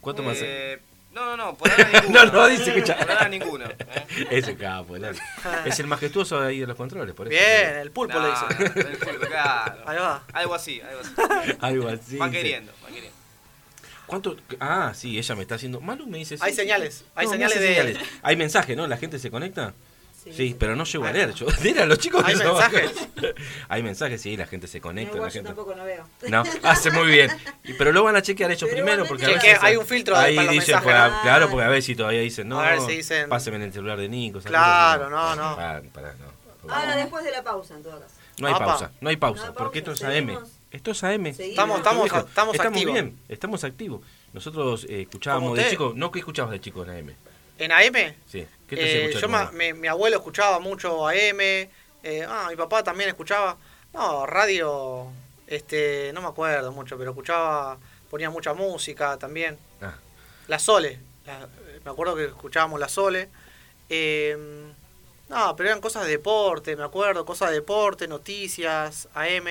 ¿Cuánto mensaje?
Eh, No, no, no, por ahora ninguno.
No, no, dice que ya-
Por ahora ninguno. ¿eh?
Ese capo, el Alan. Es el majestuoso ahí de los controles, por eso.
Bien, el pulpo
No,
le
no,
dice.
no, el pulpo, claro.
Ahí va.
Algo así, algo así.
Algo así.
Va
dice.
queriendo, va queriendo.
¿Cuánto? Ah, sí, ella me está haciendo. Malu me dice. sí.
Hay señales, hay
me
señales
hace
de-
Hay mensaje, ¿no? La gente se conecta. Sí,
Sí.
pero no llego a leer. Yo, mira, los chicos que
Ah. Hay
son-
mensajes.
hay mensajes, sí, la gente se conecta.
No,
la
igual yo
gente...
tampoco no veo.
No, hace muy bien. Y- Pero lo van a chequear ellos
Pero
primero
igualmente
porque
la- Chequea, hay un filtro
ahí
para los
dicen,
mensajes,
para-
¿no?
claro, porque a ver si todavía dicen, no,
A ver si dicen-
páseme en el celular de Nico. esas
Claro,
cosas,
no, no.
Ah, Pará, pará, no.
Ah, Ahora después de la pausa, en todo caso.
No hay
Apa.
pausa, no hay pausa,
No hay
porque esto
pausa,
es AM.
seguimos.
Esto es AM.
Seguimos.
Estamos- estamos-
Viejo,
estamos activos.
bien, estamos activos. Nosotros eh,
Como
escuchábamos de
usted.
chicos, no que escuchabas de chicos en AM.
¿En AM?
Sí, ¿qué te
Eh,
escuchas,
yo ma-
hermano?
me- mi abuelo escuchaba mucho AM, eh, ah, mi papá también escuchaba, no, radio, este, no me acuerdo mucho, pero escuchaba, ponía mucha música también,
Ah,
la Sole, la- eh, me acuerdo que escuchábamos la Sole, eh, no, pero eran cosas de deporte, me acuerdo, cosas de deporte, noticias, AM,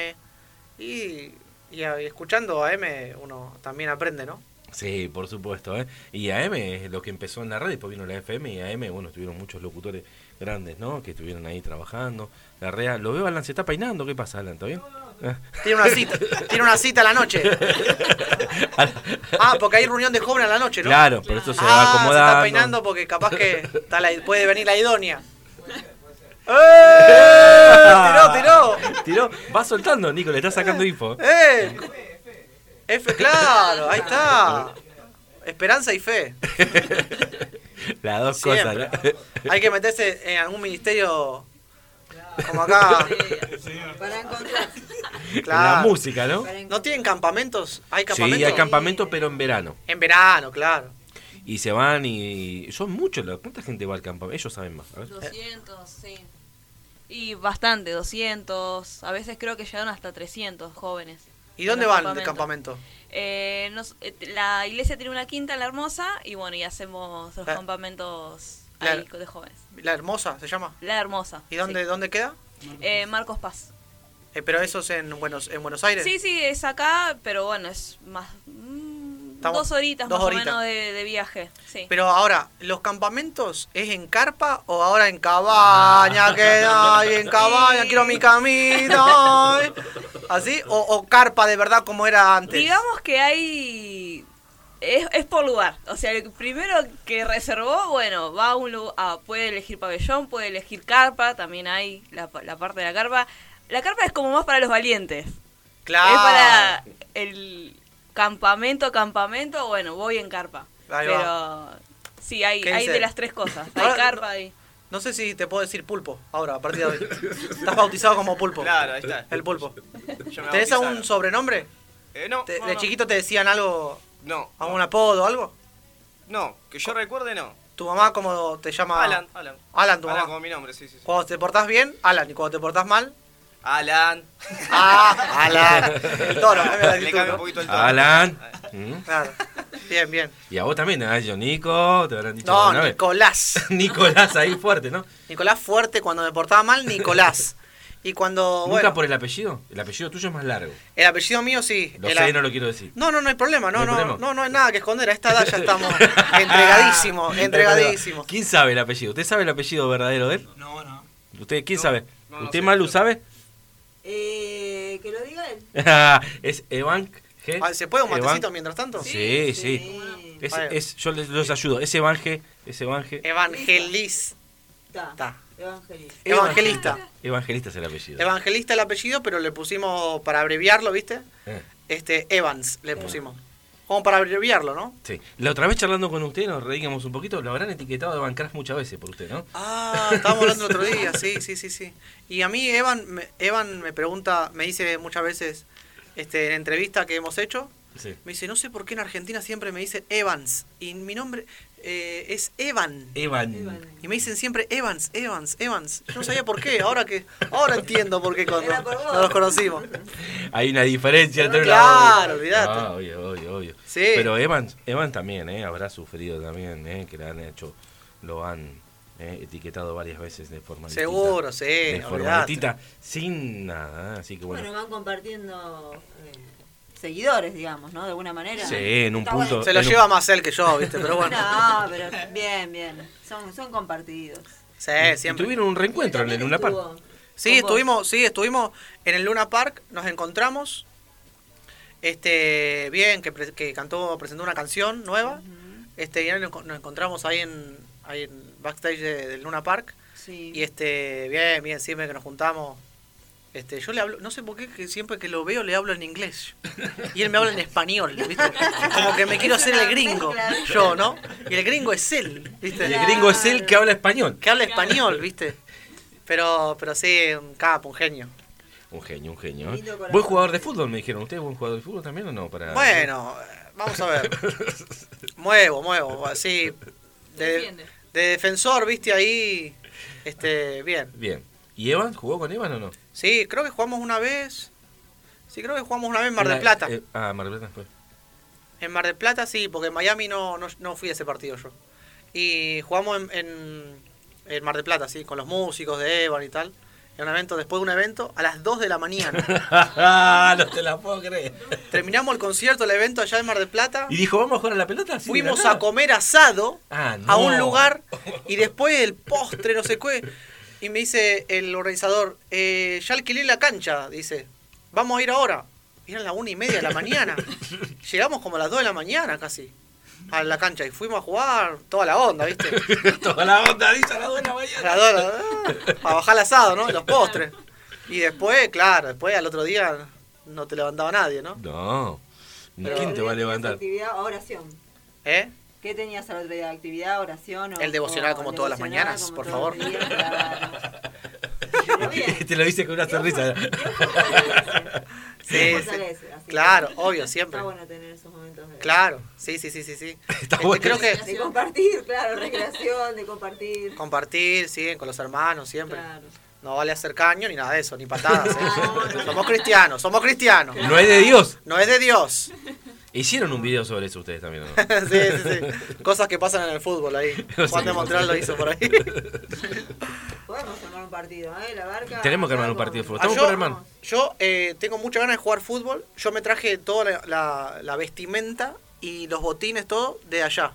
y, y a- y escuchando AM uno también aprende, ¿no?
Sí, por supuesto. ¿eh? Y AM es lo que empezó en la radio, después vino la FM y AM, bueno, estuvieron muchos locutores grandes, ¿no? Que estuvieron ahí trabajando. La REA, lo veo, Alan, se está peinando. ¿Qué pasa, Alan? ¿Está bien? Ah,
Tiene una cita, tiene una cita a la noche. Ah, porque hay reunión de jóvenes a la noche, ¿no?
Claro, por eso se va
ah, se
acomodando.
está peinando porque capaz que está la- puede venir la idónea.
¡Eh!
¡Tiró, tiró!
Tiró, va soltando, Nico, le está sacando info.
¡Eh! F, claro, ahí está. Esperanza y fe.
Las dos
Siempre. Ah,
cosas, ¿no?
Hay que meterse en algún ministerio como acá.
Para encontrar.
La
Claro.
música, ¿no?
Para encontrar.
¿No tienen campamentos? ¿Hay campamentos?
Sí, hay campamentos, pero en verano.
En verano, claro.
Y se van y. y son muchos. la- ¿Cuánta gente va al campamento? Ellos saben más. a ver.
200, sí. Y bastante, 200. A veces creo que llegaron hasta 300 jóvenes.
¿Y dónde
Los
van de
campamentos.
campamento?
Eh, nos- eh, la iglesia tiene una quinta, la hermosa, y bueno, y hacemos los
La-
campamentos
la-
ahí de jóvenes.
La Hermosa se llama.
La hermosa.
¿Y dónde,
sí.
dónde queda?
Eh, Marcos Paz.
Eh, pero eso es en Buenos, en Buenos Aires.
Sí, sí, es acá, pero bueno, es más. mm,
Estamos-
dos horitas
dos
más
horitas.
o menos de, de viaje. Sí.
Pero ahora, ¿los campamentos es en carpa o ahora en cabaña? Que hay en cabaña, quiero mi camino. ay. ¿Así? O, o carpa de verdad como era antes?
Digamos que hay. Es, es por lugar. O sea, el primero que reservó, bueno, va a un lugar. puede elegir pabellón, puede elegir carpa. También hay la, pa- la parte de la carpa. La carpa es como más para los valientes.
claro.
Es para el campamento, campamento. Bueno, voy en carpa.
Ahí
Pero. Sí, hay,
¿Qué
hay
dice?
de las tres cosas. Hay
Ahora-
carpa, hay.
No sé si te puedo decir pulpo ahora, a partir de hoy. Estás bautizado como pulpo.
Claro, ahí está.
El pulpo.
Yo me
¿Tenés
bautizaron.
algún sobrenombre?
Eh, no,
Te-
no,
¿De
no.
chiquito Ah. te decían algo,
No,
algún apodo o algo?
no, que yo recuerde no.
¿Tu mamá cómo te llama?
Alan, Alan.
Ah. Alan, tu
Alan
mamá.
como mi nombre, sí, sí, sí.
Cuando te portás bien, Alan. Y cuando te portás mal,
Alan.
Ah, Alan. El toro, cambia la
Le
actitud,
cambio
¿no?
un poquito el tono.
Alan. ¿Mm?
Claro. Bien, bien.
Y a vos también, a ellos, Nico. Te habrán dicho
No,
alguna vez.
Nicolás.
Nicolás ahí fuerte, ¿no?
Nicolás fuerte cuando me portaba mal, Nicolás. Y cuando,
Nunca
bueno,
por el apellido. El apellido tuyo es más largo.
el apellido mío sí.
Lo
el
sé,
a-
no lo quiero decir.
no, no, no hay problema, no,
¿No
no,
hay
no,
problema?
no, hay nada que esconder, a esta edad ya estamos entregadísimos, entregadísimos.
¿Quién sabe el apellido? ¿Usted sabe el apellido verdadero de él?
No, no.
¿Usted quién sabe?
no, no
¿Usted
sé,
Malu
yo-
sabe?
Eh, que lo diga él.
es Evan G.
Ah, ¿Se puede un
Evan-
matecito mientras tanto?
Sí, sí. Es-
Bueno.
es- yo les, los ayudo. Es Evan G. Es Evan G.
E- Evangelis-
Está.
ta.
Evangelista.
Evangelista.
Evangelista es el apellido.
Evangelista el apellido, pero le pusimos, para abreviarlo, ¿viste?
Eh,
Este, Evans le pusimos. Como para abreviarlo, ¿no?
sí. La otra vez charlando con usted, nos reíamos un poquito. Lo habrán etiquetado de Evan Crash muchas veces por usted, ¿no?
Ah, estábamos hablando el otro día, sí, sí, sí, sí. Y a mí Evan me, Evan me pregunta, me dice muchas veces este, en entrevista que hemos hecho,
Sí.
me dice, no sé por qué en Argentina siempre me dicen Evans. Y mi nombre eh, es Evan.
Evan.
Y me dicen siempre Evans, Evans, Evans. Yo no sabía por qué, ahora que ahora entiendo por qué cuando
Era por vos.
no los conocimos.
Hay una diferencia entre
Claro,
una-
olvidate.
Ah, obvio, obvio, obvio.
Sí.
Pero Evan, Evan también, ¿eh? Habrá sufrido también, ¿eh? Que le han hecho, lo han eh, etiquetado varias veces de forma distinta.
Seguro, sí,
De forma
olvidate.
distinta, sin nada, ¿eh? así que bueno.
Bueno, van compartiendo eh, seguidores, digamos, ¿no? De alguna manera.
Sí, en un
Está
punto.
bueno.
Se lo
en un-
lleva más él que yo, ¿viste? Pero bueno.
No, pero bien, bien. Son, son compartidos.
Sí,
y
siempre.
tuvieron un reencuentro en el Luna Park.
eh, Estuvo
Sí,
con vos.
estuvimos, sí, estuvimos en el Luna Park, nos encontramos. Este, bien, que, pre- que cantó, presentó una canción nueva. Este, y ahí nos, nos encontramos ahí en, ahí en backstage de- del Luna Park.
Sí.
Y este, bien, bien, siempre que nos juntamos. Este, yo le hablo, no sé por qué, que siempre que lo veo le hablo en inglés. Y él me habla en español, ¿viste? Como que me quiero hacer el gringo, yo, ¿no? Y el gringo es él, ¿viste?
El gringo es el que habla español.
que habla español, ¿viste? Pero, pero sí, un capo, un genio.
Un genio, un genio. ¿eh?
Lindo corazón.
Buen jugador de fútbol, me dijeron. ¿Usted es buen jugador de fútbol también o no? Para...
Bueno, eh, vamos a ver. muevo, muevo, así. De, Eh,
Defiende.
de defensor, viste ahí. Este, bien.
Bien. ¿Y Evan? ¿Jugó con Evan o no?
Sí, creo que jugamos una vez. Sí, creo que jugamos una vez en Mar del Plata.
Eh, ah, Mar del Plata fue.
En Mar del Plata sí, porque en Miami no, no, no fui a ese partido yo. Y jugamos en, en, en Mar del Plata, sí, con los músicos de Evan y tal. En un evento, después de un evento, a las 2 de la mañana.
no te la puedo creer.
Terminamos el concierto, el evento allá en Mar del Plata.
Y dijo, ¿vamos a jugar a la pelota? Sí,
Fuimos
de la
a
nada.
comer asado
Ah, no.
a un lugar y después el postre, no sé qué. Y me dice el organizador, eh, ya alquilé la cancha, dice, vamos a ir ahora. Y eran las una y media de la mañana. Llegamos como a las dos de la mañana casi a la cancha y fuimos a jugar toda la onda, ¿viste?
Toda la onda, dice a la buena
A
mañana.
las dos, a las- ah, a bajar el asado, ¿no? Y Los postres. Y después, claro, después al otro día no te levantaba nadie, ¿no?
No.
Pero-
¿Quién te va a levantar?
Actividad, oración.
¿eh
¿Qué tenías al otro día? ¿Actividad, oración? o-
El devocional
o
como
el
todas las
devocional
mañanas,
como
por
todos los
favor.
días, claro. Pero bien.
Te lo dice con una
Dios
sonrisa.
fortalece.
Sí,
Dios
sí.
fortalece, así que-
Claro, obvio, siempre.
Está bueno tener esos momentos de,
Claro, sí, sí, sí, sí, sí.
Está
Este,
bueno.
Creo que
de compartir, claro, recreación, de compartir.
compartir, sí, con los hermanos siempre.
Claro.
No vale hacer caño ni nada de eso, ni patadas. ¿eh?
No, no.
somos cristianos, somos cristianos.
No es de Dios.
No es de Dios.
Hicieron un video sobre eso ustedes también, ¿o ¿no?
sí, sí, sí. Cosas que pasan en el fútbol ahí. Juan de Montreal lo hizo por ahí.
Podemos armar un partido, ¿eh? La barca.
Tenemos que armar un
Vamos.
partido de fútbol.
Ah,
Estamos
yo
por hermano.
yo eh, tengo muchas ganas de jugar fútbol. Yo me traje toda la, la- la vestimenta y los botines, todo, de allá.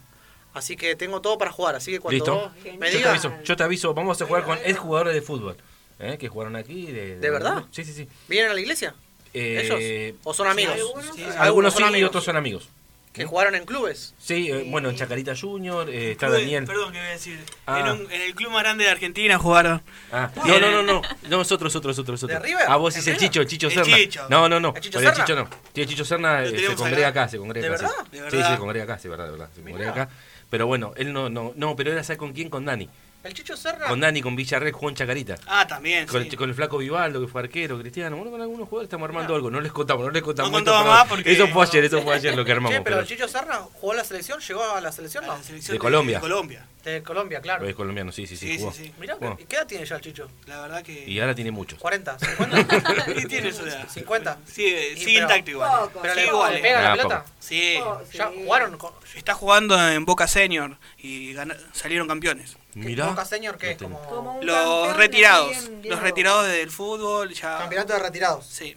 Así que tengo todo para jugar. Así que cuando
Listo.
vos me
Yo te
digas,
aviso, yo te aviso. Vamos a jugar con ex jugadores de fútbol. ¿eh? Que jugaron aquí. ¿De,
¿De verdad?
Sí, sí, sí.
¿vienen a la iglesia?
Eh,
¿Ellos? ¿O son amigos?
algunos. Sí,
Algunos sí
son
y
amigos.
otros son amigos.
Que jugaron en clubes.
Sí, eh, bueno, en Chacarita Junior, eh, está
Club de-
Daniel.
Perdón, que voy a decir.
Ah.
En, un- en el club más grande de Argentina jugaron.
Ah, no, no, no, no. No, es otro, es otro, es otro, es otro.
¿De River?
Ah, vos es
¿En
el
River?
Chicho, el Chicho
El
Serna.
Chicho.
No, no, no.
¿El Chicho
Oye, el
Serna?
Chicho no. Sí, el Chicho Serna
Lo
eh, se
tenemos
congrega
acá.
acá, se congrega
¿De
acá. sí.
verdad?
¿De
Sí,
verdad?
sí, se congrega acá, sí, verdad, de verdad. Se congrega
Mirá.
acá. Pero bueno, él no, no, no, pero era, ¿sabes con quién? Con Dani.
El Chicho Serra.
Con Dani, con Villarreal, Juan Chacarita.
Ah, también.
Con,
sí.
el, con el flaco Vivaldo, que fue arquero, Cristiano, bueno, con algunos jugadores estamos armando algo, no les contamos, no les contamos.
No
esto,
contaba
pero-
más porque-
Eso fue ayer, eso fue ayer lo que armamos.
Che, pero
pero-
el Chicho Serra jugó a la selección, llegó a la selección,
A
¿no?
la selección
De Colombia.
Colombia.
De Colombia, claro.
Es colombiano, sí, sí, sí,
Sí, sí,
jugó.
sí.
Mirá,
Pues, Bueno.
¿qué edad tiene ya el Chicho?
La verdad que.
Y ahora tiene muchos.
40, 50.
¿Qué tiene eso de edad?
50.
Sí, eh,
Y
sigue
pero-
intacto igual.
Poco,
Pero
Sí,
le,
igual,
le
eh.
pega la
Ah,
pelota.
Sí.
Oh,
Ya
sí.
jugaron con.
Está jugando en Boca Senior y gana- salieron campeones.
Mirá.
Boca Senior que
No
es
tengo.
como.
Como un campeón,
Los
lo
retirados.
siguen viendo.
Los retirados del fútbol ya.
Campeonato de retirados.
Sí.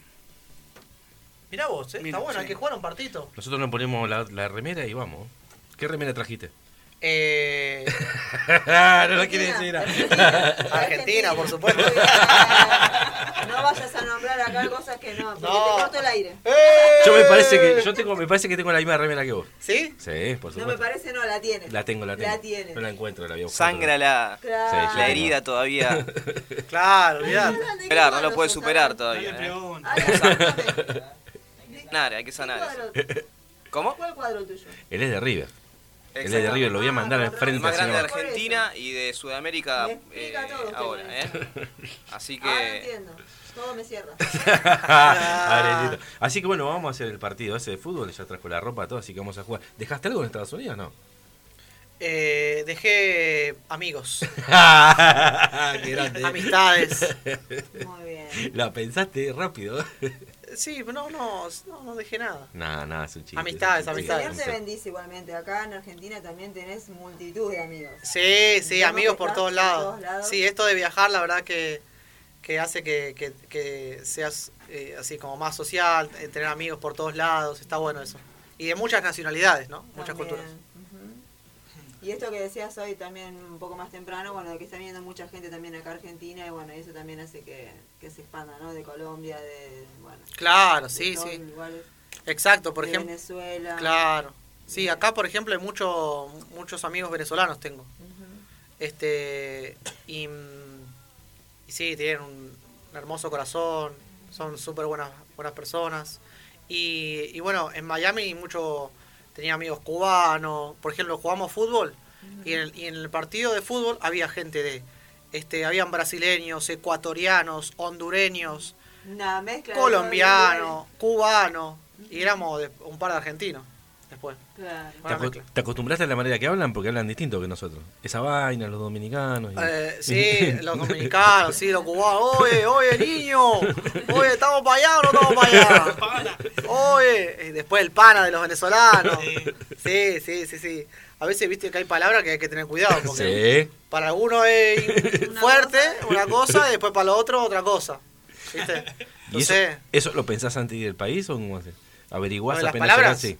Mirá vos, eh,
Mira,
está bueno,
sí.
hay que jugar un partidito.
Nosotros nos ponemos la, la remera y vamos. ¿Qué remera trajiste?
Eh,
no la quiere decir.
Argentina,
ah.
Argentina, por supuesto.
No vayas a nombrar acá cosas que no, porque
No.
te corto el aire.
Yo me parece que yo tengo, me parece que tengo la misma remera que vos.
¿Sí?
Sí, por
No me
supuesto.
parece, no, la tienes.
la tengo, la tengo.
La tienes.
No la encuentro, la había buscado.
Sangra la,
Claro.
Sí,
la herida todavía.
Claro, olvidate.
Esperar, no lo puede superar
No le
todavía. ¿eh?
pregunto.
Ay, exactamente.
Nada, hay que sanar.
¿Cuál cuadro-
¿Cómo?
¿Cuál cuadro el tuyo?
Él es de River. Él es de
Exacto.
River, lo voy a mandar al
El
frente.
más
así
grande de
nomás.
Por eso.
Argentina y de Sudamérica
Me explica
eh,
todo usted,
ahora, ¿eh?
maestro.
Así
Ahora
que
entiendo. Todo me cierra.
Arecito. así que bueno, vamos a hacer el partido ese de fútbol. Ya trajo la ropa, todo, así que vamos a jugar. ¿Dejaste algo en Estados Unidos no?
Eh, dejé amigos,
Qué grande.
amistades.
Muy bien.
La pensaste rápido.
Sí, no, no, no, no dejé nada.
Nada, nada, es un chiste.
Amistades,
es un
El
chiste.
Señor
amistades.
te bendice igualmente. Acá en Argentina también tenés multitud de amigos.
Sí, sí,
Tenemos
amigos
que
por
estar
todos
por
lados.
todos lados.
Sí, esto de viajar, la verdad que, que hace que, que- que seas eh, así como más social, eh, tener amigos por todos lados, está bueno eso. Y de muchas nacionalidades, ¿no? Muchas
También.
culturas.
Ujú. Y esto que decías hoy también un poco más temprano, bueno, de que está viendo mucha gente también acá a Argentina y bueno, y eso también hace que, que se expanda, ¿no? De Colombia, de, bueno,
Claro,
de
sí,
todos
sí.
lugares,
Exacto, por
de
ejemplo.
Venezuela.
Claro. Sí, acá, por ejemplo, hay mucho- muchos amigos venezolanos tengo.
Ujú.
Este, y, mm, y sí, tienen un, un hermoso corazón, son súper buenas, buenas personas. Y, y bueno, en Miami mucho tenía amigos cubanos, por ejemplo, jugamos fútbol y en, el, y en el partido de fútbol había gente de, este, habían brasileños, ecuatorianos, hondureños,
Una mezcla. de
colombiano, cubano y éramos de- un par de argentinos después.
todo el- Claro.
¿Te,
Una
aco-
mezcla.
te acostumbraste a la manera que hablan? Porque hablan distinto que nosotros. Esa vaina, los dominicanos. y-
Eh, sí, los dominicanos, sí, los cubanos. Oye, oye, niño. Oye, ¿estamos para allá o no estamos para allá? Oye, y después el pana de los venezolanos. Sí, sí, sí, sí. A veces viste que hay palabras que hay que tener cuidado. Porque
Sí.
Para algunos es
Una
fuerte una cosa y después para los otros otra cosa. ¿Viste?
¿Y eso,
Entonces,
eso lo pensás antes de ir al país o cómo haces? ¿Averiguás
¿Lo de las
apenas
palabras?
llegás?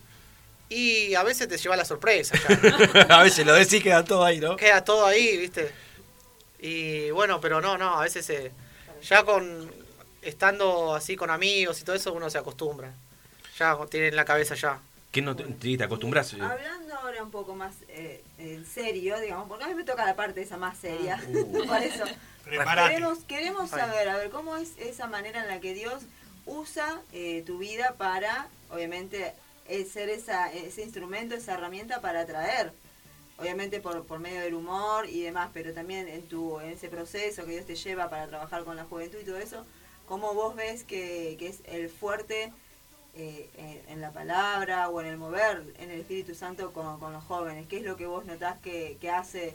y a veces te lleva la sorpresa. ya.
Sí. a veces lo decís queda todo ahí, ¿no?
queda todo ahí, ¿viste? Y bueno, pero no, no, a veces eh, ya con estando así con amigos y todo eso uno se acostumbra. Ya tiene en la cabeza ya.
¿Qué no te, te- te acostumbras? eh?
Hablando ahora un poco más eh, en serio, digamos, porque a mí me toca la parte esa más seria. Por eso.
Preparate.
Queremos, queremos
Ay.
saber, a ver, ¿cómo es esa manera en la que Dios usa eh, tu vida para, obviamente, eh, ser esa, ese instrumento, esa herramienta para atraer? Obviamente por, por medio del humor y demás, pero también en, tu, en ese proceso que Dios te lleva para trabajar con la juventud y todo eso, ¿cómo vos ves que, que es el fuerte eh, en, en la palabra o en el mover, en el Espíritu Santo con, con los jóvenes? ¿Qué es lo que vos notás que, que hace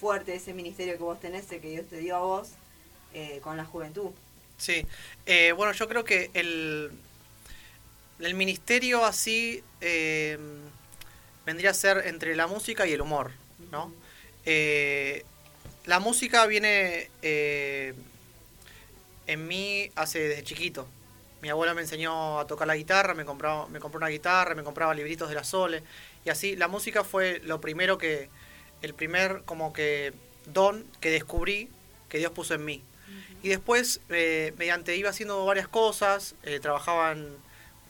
fuerte ese ministerio que vos tenés, el que Dios te dio a vos, eh, con la juventud.
Sí. Eh, bueno, yo creo que el, el ministerio así eh, vendría a ser entre la música y el humor, ¿no? Eh, la música viene eh, en mí hace desde chiquito. Mi abuela me enseñó a tocar la guitarra, me compraba, me compró una guitarra, me compraba libritos de la Sole y así. La música fue lo primero que, el primer como que don que descubrí que Dios puso en mí. Y después, eh, mediante iba haciendo varias cosas, eh, trabajaba en-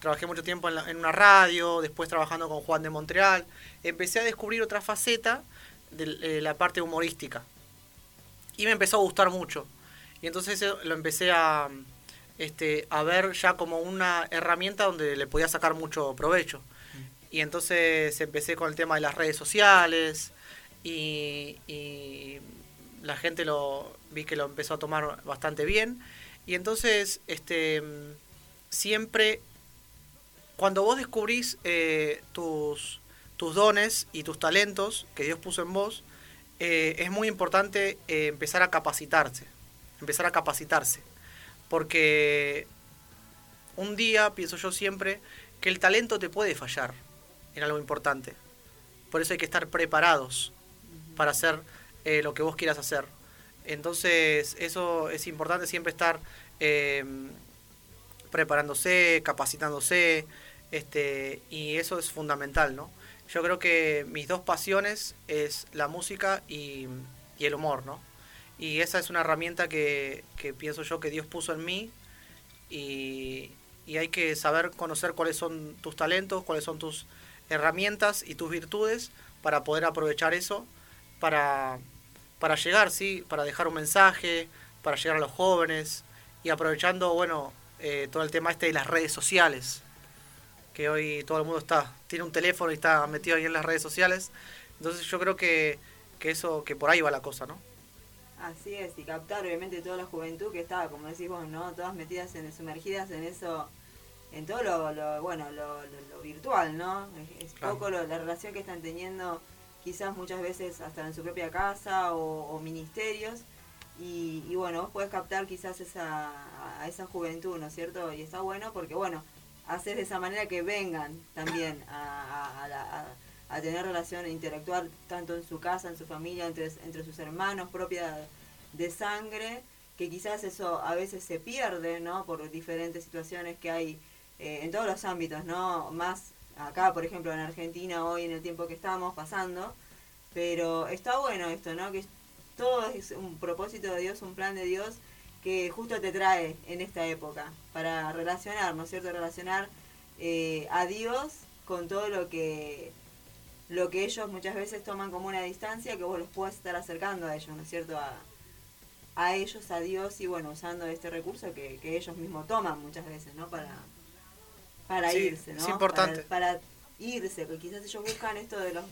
trabajé mucho tiempo en, la- en una radio, después trabajando con Juan de Montreal, empecé a descubrir otra faceta de l- eh, la parte humorística. Y me empezó a gustar mucho. Y entonces eh, lo empecé a, este, a ver ya como una herramienta donde le podía sacar mucho provecho. Y entonces empecé con el tema de las redes sociales y, y la gente lo vi que lo empezó a tomar bastante bien. Y entonces, este, mm, siempre, cuando vos descubrís eh, tus, tus dones y tus talentos que Dios puso en vos, eh, es muy importante eh, empezar a capacitarse. Empezar a capacitarse. Porque un día, pienso yo siempre, que el talento te puede fallar en algo importante. Por eso hay que estar preparados para hacer eh, lo que vos quieras hacer. Entonces, eso es importante siempre estar eh, preparándose, capacitándose, este, y eso es fundamental, ¿no? Yo creo que mis dos pasiones es la música y, y el humor, ¿no? Y esa es una herramienta que, que pienso yo que Dios puso en mí y, y hay que saber conocer cuáles son tus talentos, cuáles son tus herramientas y tus virtudes para poder aprovechar eso para, para llegar, sí, para dejar un mensaje, para llegar a los jóvenes y aprovechando, bueno, eh, todo el tema este de las redes sociales, que hoy todo el mundo está, tiene un teléfono y está metido ahí en las redes sociales. Entonces yo creo que, que eso, que por ahí va la cosa, ¿no?
Así es, y captar obviamente toda la juventud que estaba, como decís vos, ¿no? Todas metidas en, sumergidas en eso, en todo lo, lo- bueno, lo, lo- lo virtual, ¿no? Es, es
Claro.
poco lo- la relación que están teniendo quizás muchas veces hasta en su propia casa o, o ministerios. Y, y bueno, vos podés captar quizás esa, a esa juventud, ¿no es cierto? Y está bueno porque, bueno, haces de esa manera que vengan también a, a- a la- a- a tener relación, a interactuar tanto en su casa, en su familia, entre, entre sus hermanos, propia de sangre, que quizás eso a veces se pierde, ¿no? Por diferentes situaciones que hay eh, en todos los ámbitos, ¿no? Más acá, por ejemplo, en Argentina, hoy en el tiempo que estamos pasando, pero está bueno esto, ¿no? Que todo es un propósito de Dios, un plan de Dios que justo te trae en esta época para relacionar, ¿no es cierto? Relacionar eh, a Dios con todo lo que lo que ellos muchas veces toman como una distancia que vos los puedes estar acercando a ellos, ¿no es cierto? A, a ellos, a Dios y bueno, usando este recurso que, que ellos mismos toman muchas veces, ¿no? Para, para
Sí,
irse, ¿no?
es importante.
Para, para irse, que quizás ellos buscan esto de los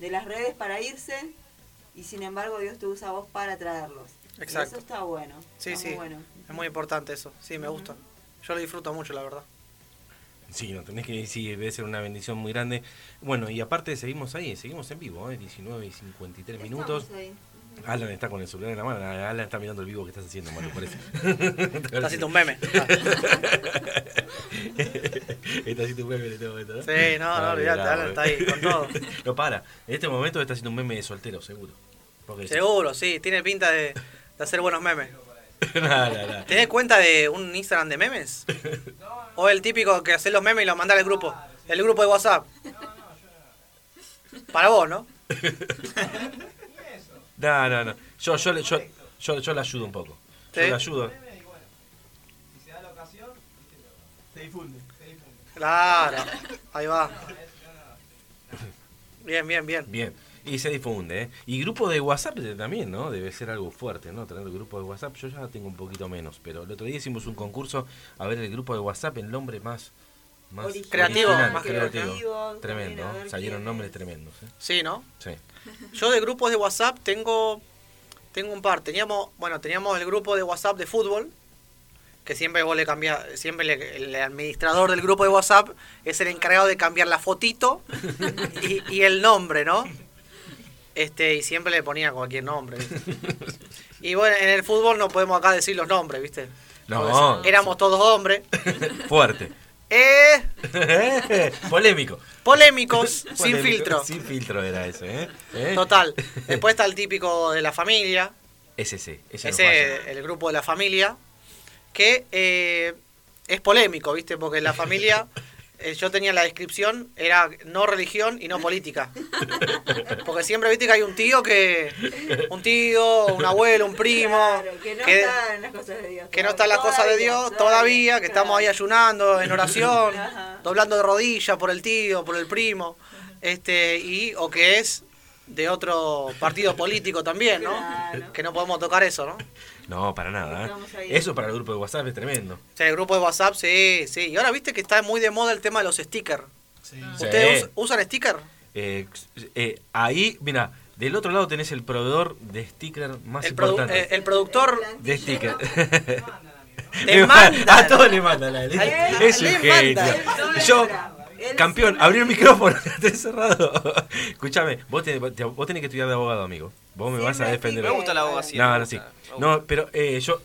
de las redes para irse y sin embargo Dios te usa a vos para traerlos. Exacto.
Exacto.
eso está bueno.
Sí,
está
sí.
Muy bueno.
Es muy importante eso. Sí, me gusta. Yo lo disfruto mucho, la verdad.
Sí, no tenés que decir, debe ser una bendición muy grande. Bueno, y aparte seguimos ahí, seguimos en vivo, ¿eh? 19 y 53 minutos.
Estamos ahí.
Alan está con el celular en la mano, Alan está mirando el vivo que estás haciendo, Mario, parece.
Está haciendo un meme.
Está haciendo un meme en este momento, ¿no?
Sí, no, no,
Ah,
olvídate,
bravo,
Alan
eh.
está ahí, con todo.
No para, en este momento está haciendo un meme de soltero, seguro. Porque-
Seguro, sí. Tiene pinta de, de hacer buenos memes.
No, no, no.
¿Tenés cuenta de un Instagram de memes? ¿O el típico que hace los memes y los manda al grupo? El grupo de WhatsApp. Para vos, ¿no?
No, no, no. Yo, yo, le- yo, yo, yo le ayudo un poco. Yo
Sí.
le ayudo.
Claro, ahí va. Bien, bien, bien.
Bien. Y se difunde, ¿eh? Y grupo de WhatsApp de- también, ¿no? Debe ser algo fuerte, ¿no? Tener grupo de WhatsApp. Yo ya tengo un poquito menos, pero el otro día hicimos un concurso a ver el grupo de WhatsApp, el nombre más... más
Original,
Creativo,
original,
más
creativo,
Tremendo,
también a
¿no?
ver
Salieron
quién
nombres
es.
tremendos, ¿eh?
Sí, ¿no?
Sí.
Yo de grupos de WhatsApp tengo tengo un par. Teníamos, bueno, teníamos el grupo de WhatsApp de fútbol, que siempre vos le cambiás, siempre le- el administrador del grupo de WhatsApp es el encargado de cambiar la fotito y, y el nombre, ¿no? Este, y siempre le ponía cualquier nombre. ¿viste? Y bueno, en el fútbol no podemos acá decir los nombres, ¿viste?
No.
Porque éramos todos hombres.
fuerte.
Eh,
Polémico.
polémicos, sin
Polémico.
filtro.
Sin filtro era ese, ¿eh? ¿Eh?
Total. Después está el típico de la familia,
Ese sí, ese, no
ese
falla.
el grupo de la familia, que eh, es polémico, ¿viste? Porque la familia, eh, yo tenía la descripción, era no religión y no política. Porque siempre, ¿viste? Que hay un tío que, un tío, un abuelo, un primo,
Claro, que no
que,
está en las cosas de Dios.
que no está en las cosas de Dios todavía, que estamos ahí ayunando, en oración,
Ajá.
doblando de rodillas por el tío, por el primo, este, y, o que es de otro partido político también, ¿no?
Claro.
Que no podemos tocar eso, ¿no?
No, para nada. ¿eh?
Estamos ahí.
Eso para el grupo de WhatsApp es tremendo.
Sí, el grupo de WhatsApp, sí, sí. Y ahora viste que está muy de moda el tema de los stickers. ¿Ustedes
Sí.
us- usan sticker?
Eh, eh, ahí, mira, del otro lado tenés el proveedor de sticker más
El, produ-
importante.
eh, el productor.
de sticker.
Te
Le man-
mandan.
A todos le mandan. a él.
Él-
Es un
le
genio.
mandan.
Yo,
Él
campeón,
sí
abrí el micrófono, te he cerrado. Escúchame, vos, tenés- vos tenés que estudiar de abogado, amigo. Vos me vas a
Siempre
defender.
Me
expliqué.
gusta la abogacía.
No,
me
no, sí.
gusta, me gusta.
No, pero eh, yo.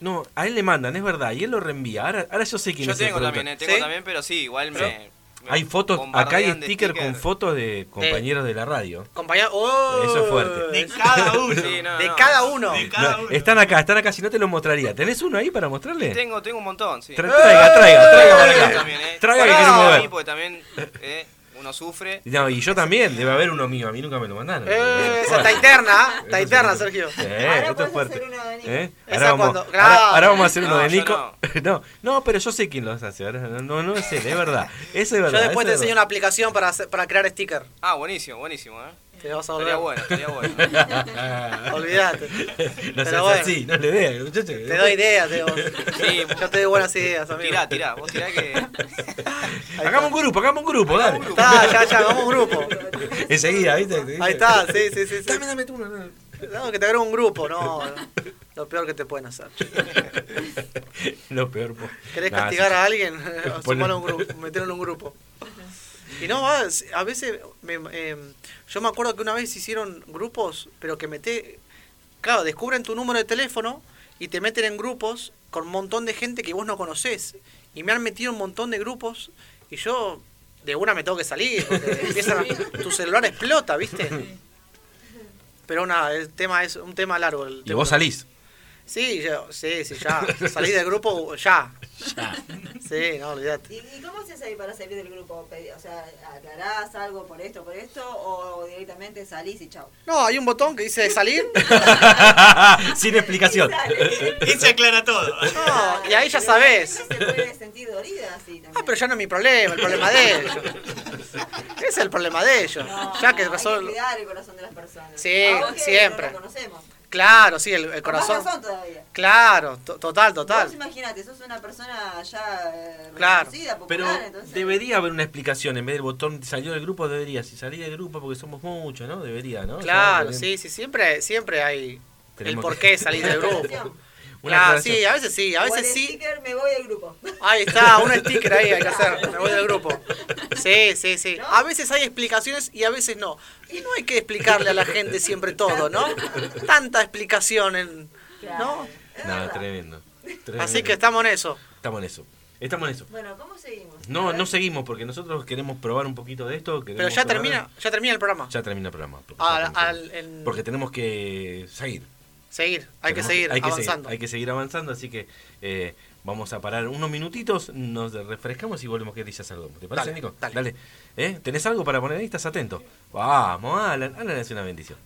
No, a él le mandan, es verdad, y él lo reenvía. Ahora, ahora yo sé quién
Yo
es el
tengo
productor.
también, eh, tengo
¿Sí?
también, eh, pero sí, igual me. me
Hay fotos, acá hay
bombardean de
sticker, con fotos de compañeros de la radio.
Compañero. ¡Oh!
Eso es fuerte. Ah,
De,
cada uno.
Sí, no, no.
cada uno.
De cada
No,
uno.
están acá, están acá, si no te los mostraría. ¿Tenés uno ahí para mostrarle?
Tengo, tengo un montón, sí.
Tra- traiga, traiga, traiga para acá.
También, eh.
Traiga que
Pará,
quiero
sí,
mover.
Porque también eh, uno sufre.
No, y yo también, debe haber uno mío, a mí nunca me lo mandaron.
Eh, esa
Bueno.
está interna, ¿eh? está
Eso
interna,
sí.
Sergio.
Sí,
Ahora
esto es
podés
fuerte.
hacer uno de Nico.
¿Eh?
Esa
Ahora, vamos,
cuando-
ahora, ahora
claro.
vamos a hacer uno
No,
de
yo
Nico. No. no, pero yo sé quién los hace. Ahora, no, no, no es él, es verdad. Eso es
Yo
verdad.
después te
eso es
enseño una
verdad.
aplicación para, hacer- para crear sticker.
Ah, buenísimo, buenísimo, eh.
Te vas a volver.
Estaría bueno, estaría bueno.
Olvídate.
No
Pero
seas
bueno.
así, no le veas, muchacho.
Te doy ideas, te
Sí.
Yo te doy buenas ideas, amigo.
Tirá, tirá, vos tirá que.
Hagamos un grupo, hagamos un grupo, dale.
Está, ya, ya, vamos grupo.
Enseguida, ¿viste? Enseguida.
Ahí está, sí, sí, sí. sí.
Dame, dame tú, no, no.
No, que te agrego un grupo, no. no. Lo peor que te pueden hacer.
Lo peor. po.
¿Querés
Nah,
castigar
sí.
a alguien?
Ponle-
Sumalo a un grupo, metelo en un grupo. Y no, va, s- a veces me- eh, yo me acuerdo que una vez hicieron grupos, pero que mete, claro, descubren tu número de teléfono y te meten en grupos con un montón de gente que vos no conocés. Y me han metido un montón de grupos y yo de una me tengo que salir, porque empiezan a- tu celular explota, ¿viste? Pero nada, el tema es un tema largo. El
Y
tema.
vos salís.
Sí, yo, sí, sí, ya. Salí del grupo ya. Sí, no, olvidate.
¿Y, y cómo haces ahí para salir del grupo? Pedí- O sea, ¿aclarás algo por esto, por esto? ¿O directamente salís y chau?
No, hay un botón que dice salir.
Sin explicación.
Y se aclara todo.
No, y ahí ya sabes.
Se puede sentir dolida así también.
Ah, pero ya no es mi problema, el problema de ellos. Ese es el problema de ellos.
No,
Ya que
hay
resuelve.
cuidar el corazón de las personas.
Sí,
Aunque
siempre.
No lo conocemos.
Claro, sí, el, el
Con más
corazón.
razón todavía.
Claro, to- total,
Vos
total.
imaginate, sos una persona ya eh,
Claro.
reconocida, popular,
Pero
entonces.
debería haber una explicación. En vez del botón salió del grupo, debería. Si salí del grupo, porque somos muchos, ¿no? Debería, ¿no?
Claro,
Ya,
sí, sí, siempre, siempre hay. el
tenemos
por
que-
qué salir del grupo.
Una
Claro,
aclaración.
sí, a veces sí, a
O el
veces sí.
sticker, me voy del grupo.
Ahí está, un sticker ahí hay que hacer. Me voy del grupo. Sí, sí, sí. A veces hay explicaciones y a veces no. Y no hay que explicarle a la gente siempre todo, ¿no? Tanta explicación en. ¿No?
No, tremendo. tremendo.
Así que estamos en eso.
Estamos en eso. Estamos en eso.
Bueno, ¿cómo seguimos? A
No,
ver.
no seguimos porque nosotros queremos probar un poquito de esto.
Pero
queremos
ya
probar-
termina, ya termina el programa.
Ya termina el programa. porque
Al-
ya termina el
al-
programa.
en-
Porque tenemos que seguir.
Seguir, hay que
Tenemos-
seguir
hay que
avanzando.
Seguir, hay que seguir avanzando, así que eh, vamos a parar unos minutitos, nos refrescamos y volvemos que dices algo. ¿Te parece,
Dale,
Nico?
dale.
¿Eh? ¿Tenés algo para poner ahí? ¿Estás atento? Vamos, Alan. Alan es una bendición.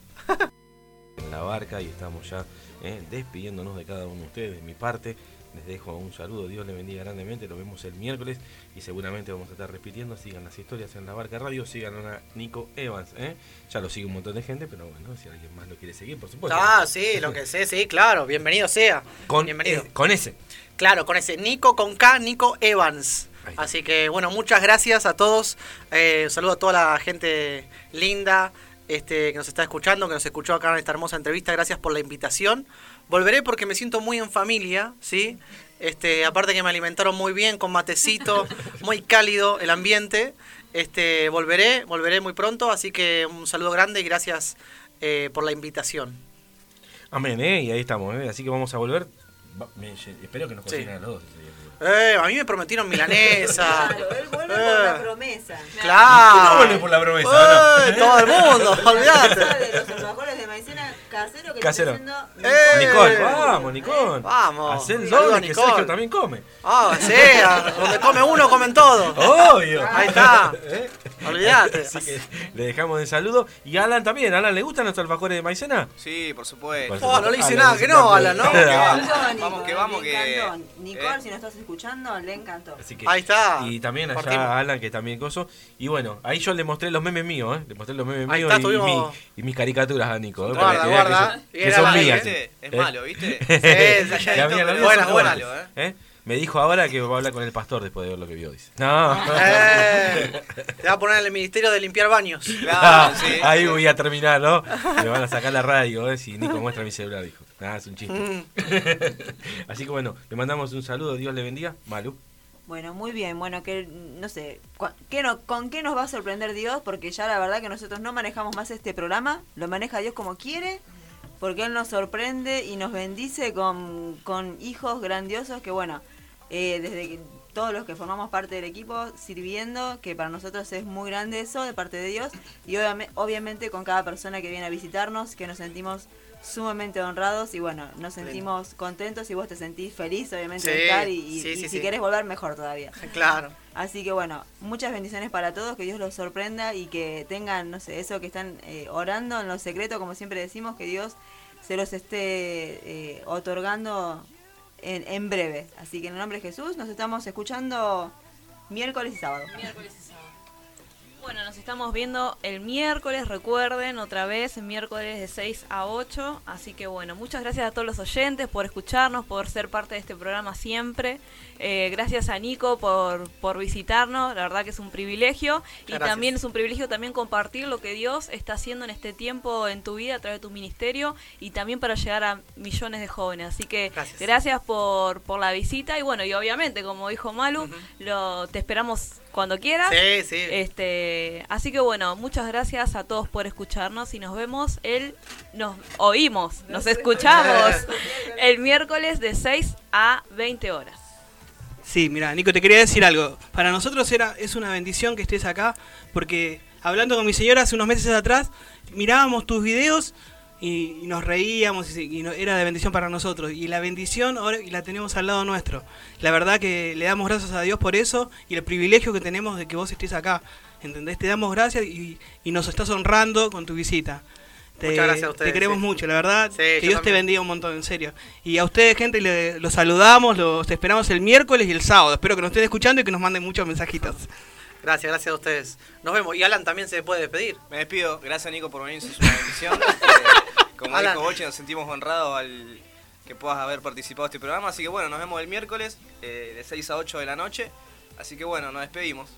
en la barca y estamos ya eh, despidiéndonos de cada uno de ustedes, de mi parte. Les dejo un saludo, Dios les bendiga grandemente, nos vemos el miércoles y seguramente vamos a estar repitiendo, sigan las historias en la barca radio, sigan a Nico Evans, ¿eh? ya lo sigue un montón de gente, pero bueno, si alguien más lo quiere seguir, por supuesto.
Ah, sí, lo que sé, sí, claro. Bienvenido sea.
Con,
Bienvenido.
eh, con ese.
Claro, con ese Nico con K, Nico Evans.
Ahí está.
Así que bueno, muchas gracias a todos. Eh, un saludo a toda la gente linda este, que nos está escuchando, que nos escuchó acá en esta hermosa entrevista. Gracias por la invitación. Volveré porque me siento muy en familia, ¿sí? Este, aparte que me alimentaron muy bien con matecito, muy cálido el ambiente. Este, volveré, volveré muy pronto, así que un saludo grande y gracias eh, por la invitación.
Amén, ¿eh? Y ahí estamos, ¿eh? Así que vamos a volver. Va- me- ye- espero que nos
Sí.
cocinen a los dos. ese día.
Eh, a mí me prometieron milanesa.
Claro, él vuelve
Eh.
por la promesa.
Claro.
No vuelve por la promesa,
¡Eh! Todo el mundo,
Sabe
olvídate.
de los alfajores de maicena casero que
Casero.
está haciendo.
¡Eh!
Nicole, vamos, Nicole.
Vamos.
Hacen
Saluda a
doble, que
Nicole.
Sergio también come.
Ah, sí, a- donde come uno, comen todos.
Oh. Obvio.
Ahí está.
¿Eh?
Olvídate.
Así que le dejamos el saludo. Y a Alan también. ¿A Alan le gustan los alfajores de maicena?
Sí, por supuesto.
Oh, no le hice nada, que no, Alan, ¿no?
Vamos,
Nicole,
vamos que
Nicole,
vamos
le
que.
encantó. Nicole,
eh,
si no estás escuchando, le encantó.
Así que-
Ahí está.
Y también allá
Partimos.
a Alan, que también coso. Y bueno, ahí yo le mostré los memes míos, ¿eh? Le mostré los memes
Ahí
míos
está,
y,
estuvimos-
mi- y mis caricaturas a Nico, ¿eh?
Guarda,
Para que vea que
guarda.
son-
Y
Que
era
son,
Alan,
mías.
¿viste? Es
¿eh?
malo, ¿viste?
Sí, sí, sí.
La mía, la mía
Buenas,
son
buenas.
buenas, ¿eh? Me dijo ahora que va a hablar con el pastor después de ver lo que vio, dice. No.
Eh, te va a poner en el ministerio de limpiar baños.
Ah,
Claro, sí.
Ahí voy a terminar, ¿no? Me van a sacar la radio, ¿eh? Si Nico muestra mi celular, dijo. Nada, es un
Mm.
chiste. Así que bueno, le mandamos un saludo, Dios le bendiga. Malu.
Bueno, muy bien. Bueno, que mm, no sé, cu- ¿qué no, ¿con qué nos va a sorprender Dios? Porque ya la verdad que nosotros no manejamos más este programa, lo maneja Dios como quiere, porque Él nos sorprende y nos bendice con, con hijos grandiosos que, bueno, eh, desde que todos los que formamos parte del equipo sirviendo, que para nosotros es muy grande eso de parte de Dios, y obviame- obviamente con cada persona que viene a visitarnos, que nos sentimos sumamente honrados y bueno, nos sentimos contentos y vos te sentís feliz obviamente
Sí,
de estar y, y-
sí,
y
sí,
si
sí.
querés volver mejor todavía.
Claro.
Así que bueno, muchas bendiciones para todos, que Dios los sorprenda y que tengan, no sé, eso que están eh, orando en lo secreto, como siempre decimos, que Dios se los esté eh, otorgando en, en breve. Así que en el nombre de Jesús nos estamos escuchando miércoles y sábado.
Miércoles y sábado. Bueno, nos estamos viendo el miércoles, recuerden, otra vez, miércoles de 6 a 8. Así que bueno, muchas gracias a todos los oyentes por escucharnos, por ser parte de este programa siempre. Eh, gracias a Nico por, por visitarnos, la verdad que es un privilegio. Y
Gracias.
también es un privilegio también compartir lo que Dios está haciendo en este tiempo en tu vida a través de tu ministerio y también para llegar a millones de jóvenes. Así que
Gracias.
Gracias por, por la visita y bueno, y obviamente, como dijo Malu, lo, te esperamos cuando quieras.
Sí, sí.
Este, así que bueno, muchas gracias a todos por escucharnos y nos vemos el nos oímos, nos escuchamos el miércoles de 6 a 20 horas.
Sí, mira, Nico, te quería decir algo. Para nosotros era, es una bendición que estés acá, porque hablando con mi señora hace unos meses atrás, mirábamos tus videos y, y nos reíamos, y, y no- era de bendición para nosotros. Y la bendición ahora la tenemos al lado nuestro. La verdad que le damos gracias a Dios por eso y el privilegio que tenemos de que vos estés acá. ¿Entendés? Te damos gracias y, y nos estás honrando con tu visita. Te,
Muchas gracias a ustedes,
Te queremos
sí.
mucho, la verdad.
Sí,
que
yo
Dios te
también.
bendiga un montón, en serio. Y a ustedes, gente, le- los saludamos, los esperamos el miércoles y el sábado. Espero que nos estén escuchando y que nos manden muchos mensajitos.
Gracias, gracias a ustedes. Nos vemos. Y Alan también se puede despedir.
Me despido. Gracias, Nico, por venir. Es una bendición. Eh, Como
Alan.
dijo Boche, nos sentimos honrados al que puedas haber participado de este programa. Así que bueno, nos vemos el miércoles eh, de 6 a 8 de la noche. Así que bueno, nos despedimos.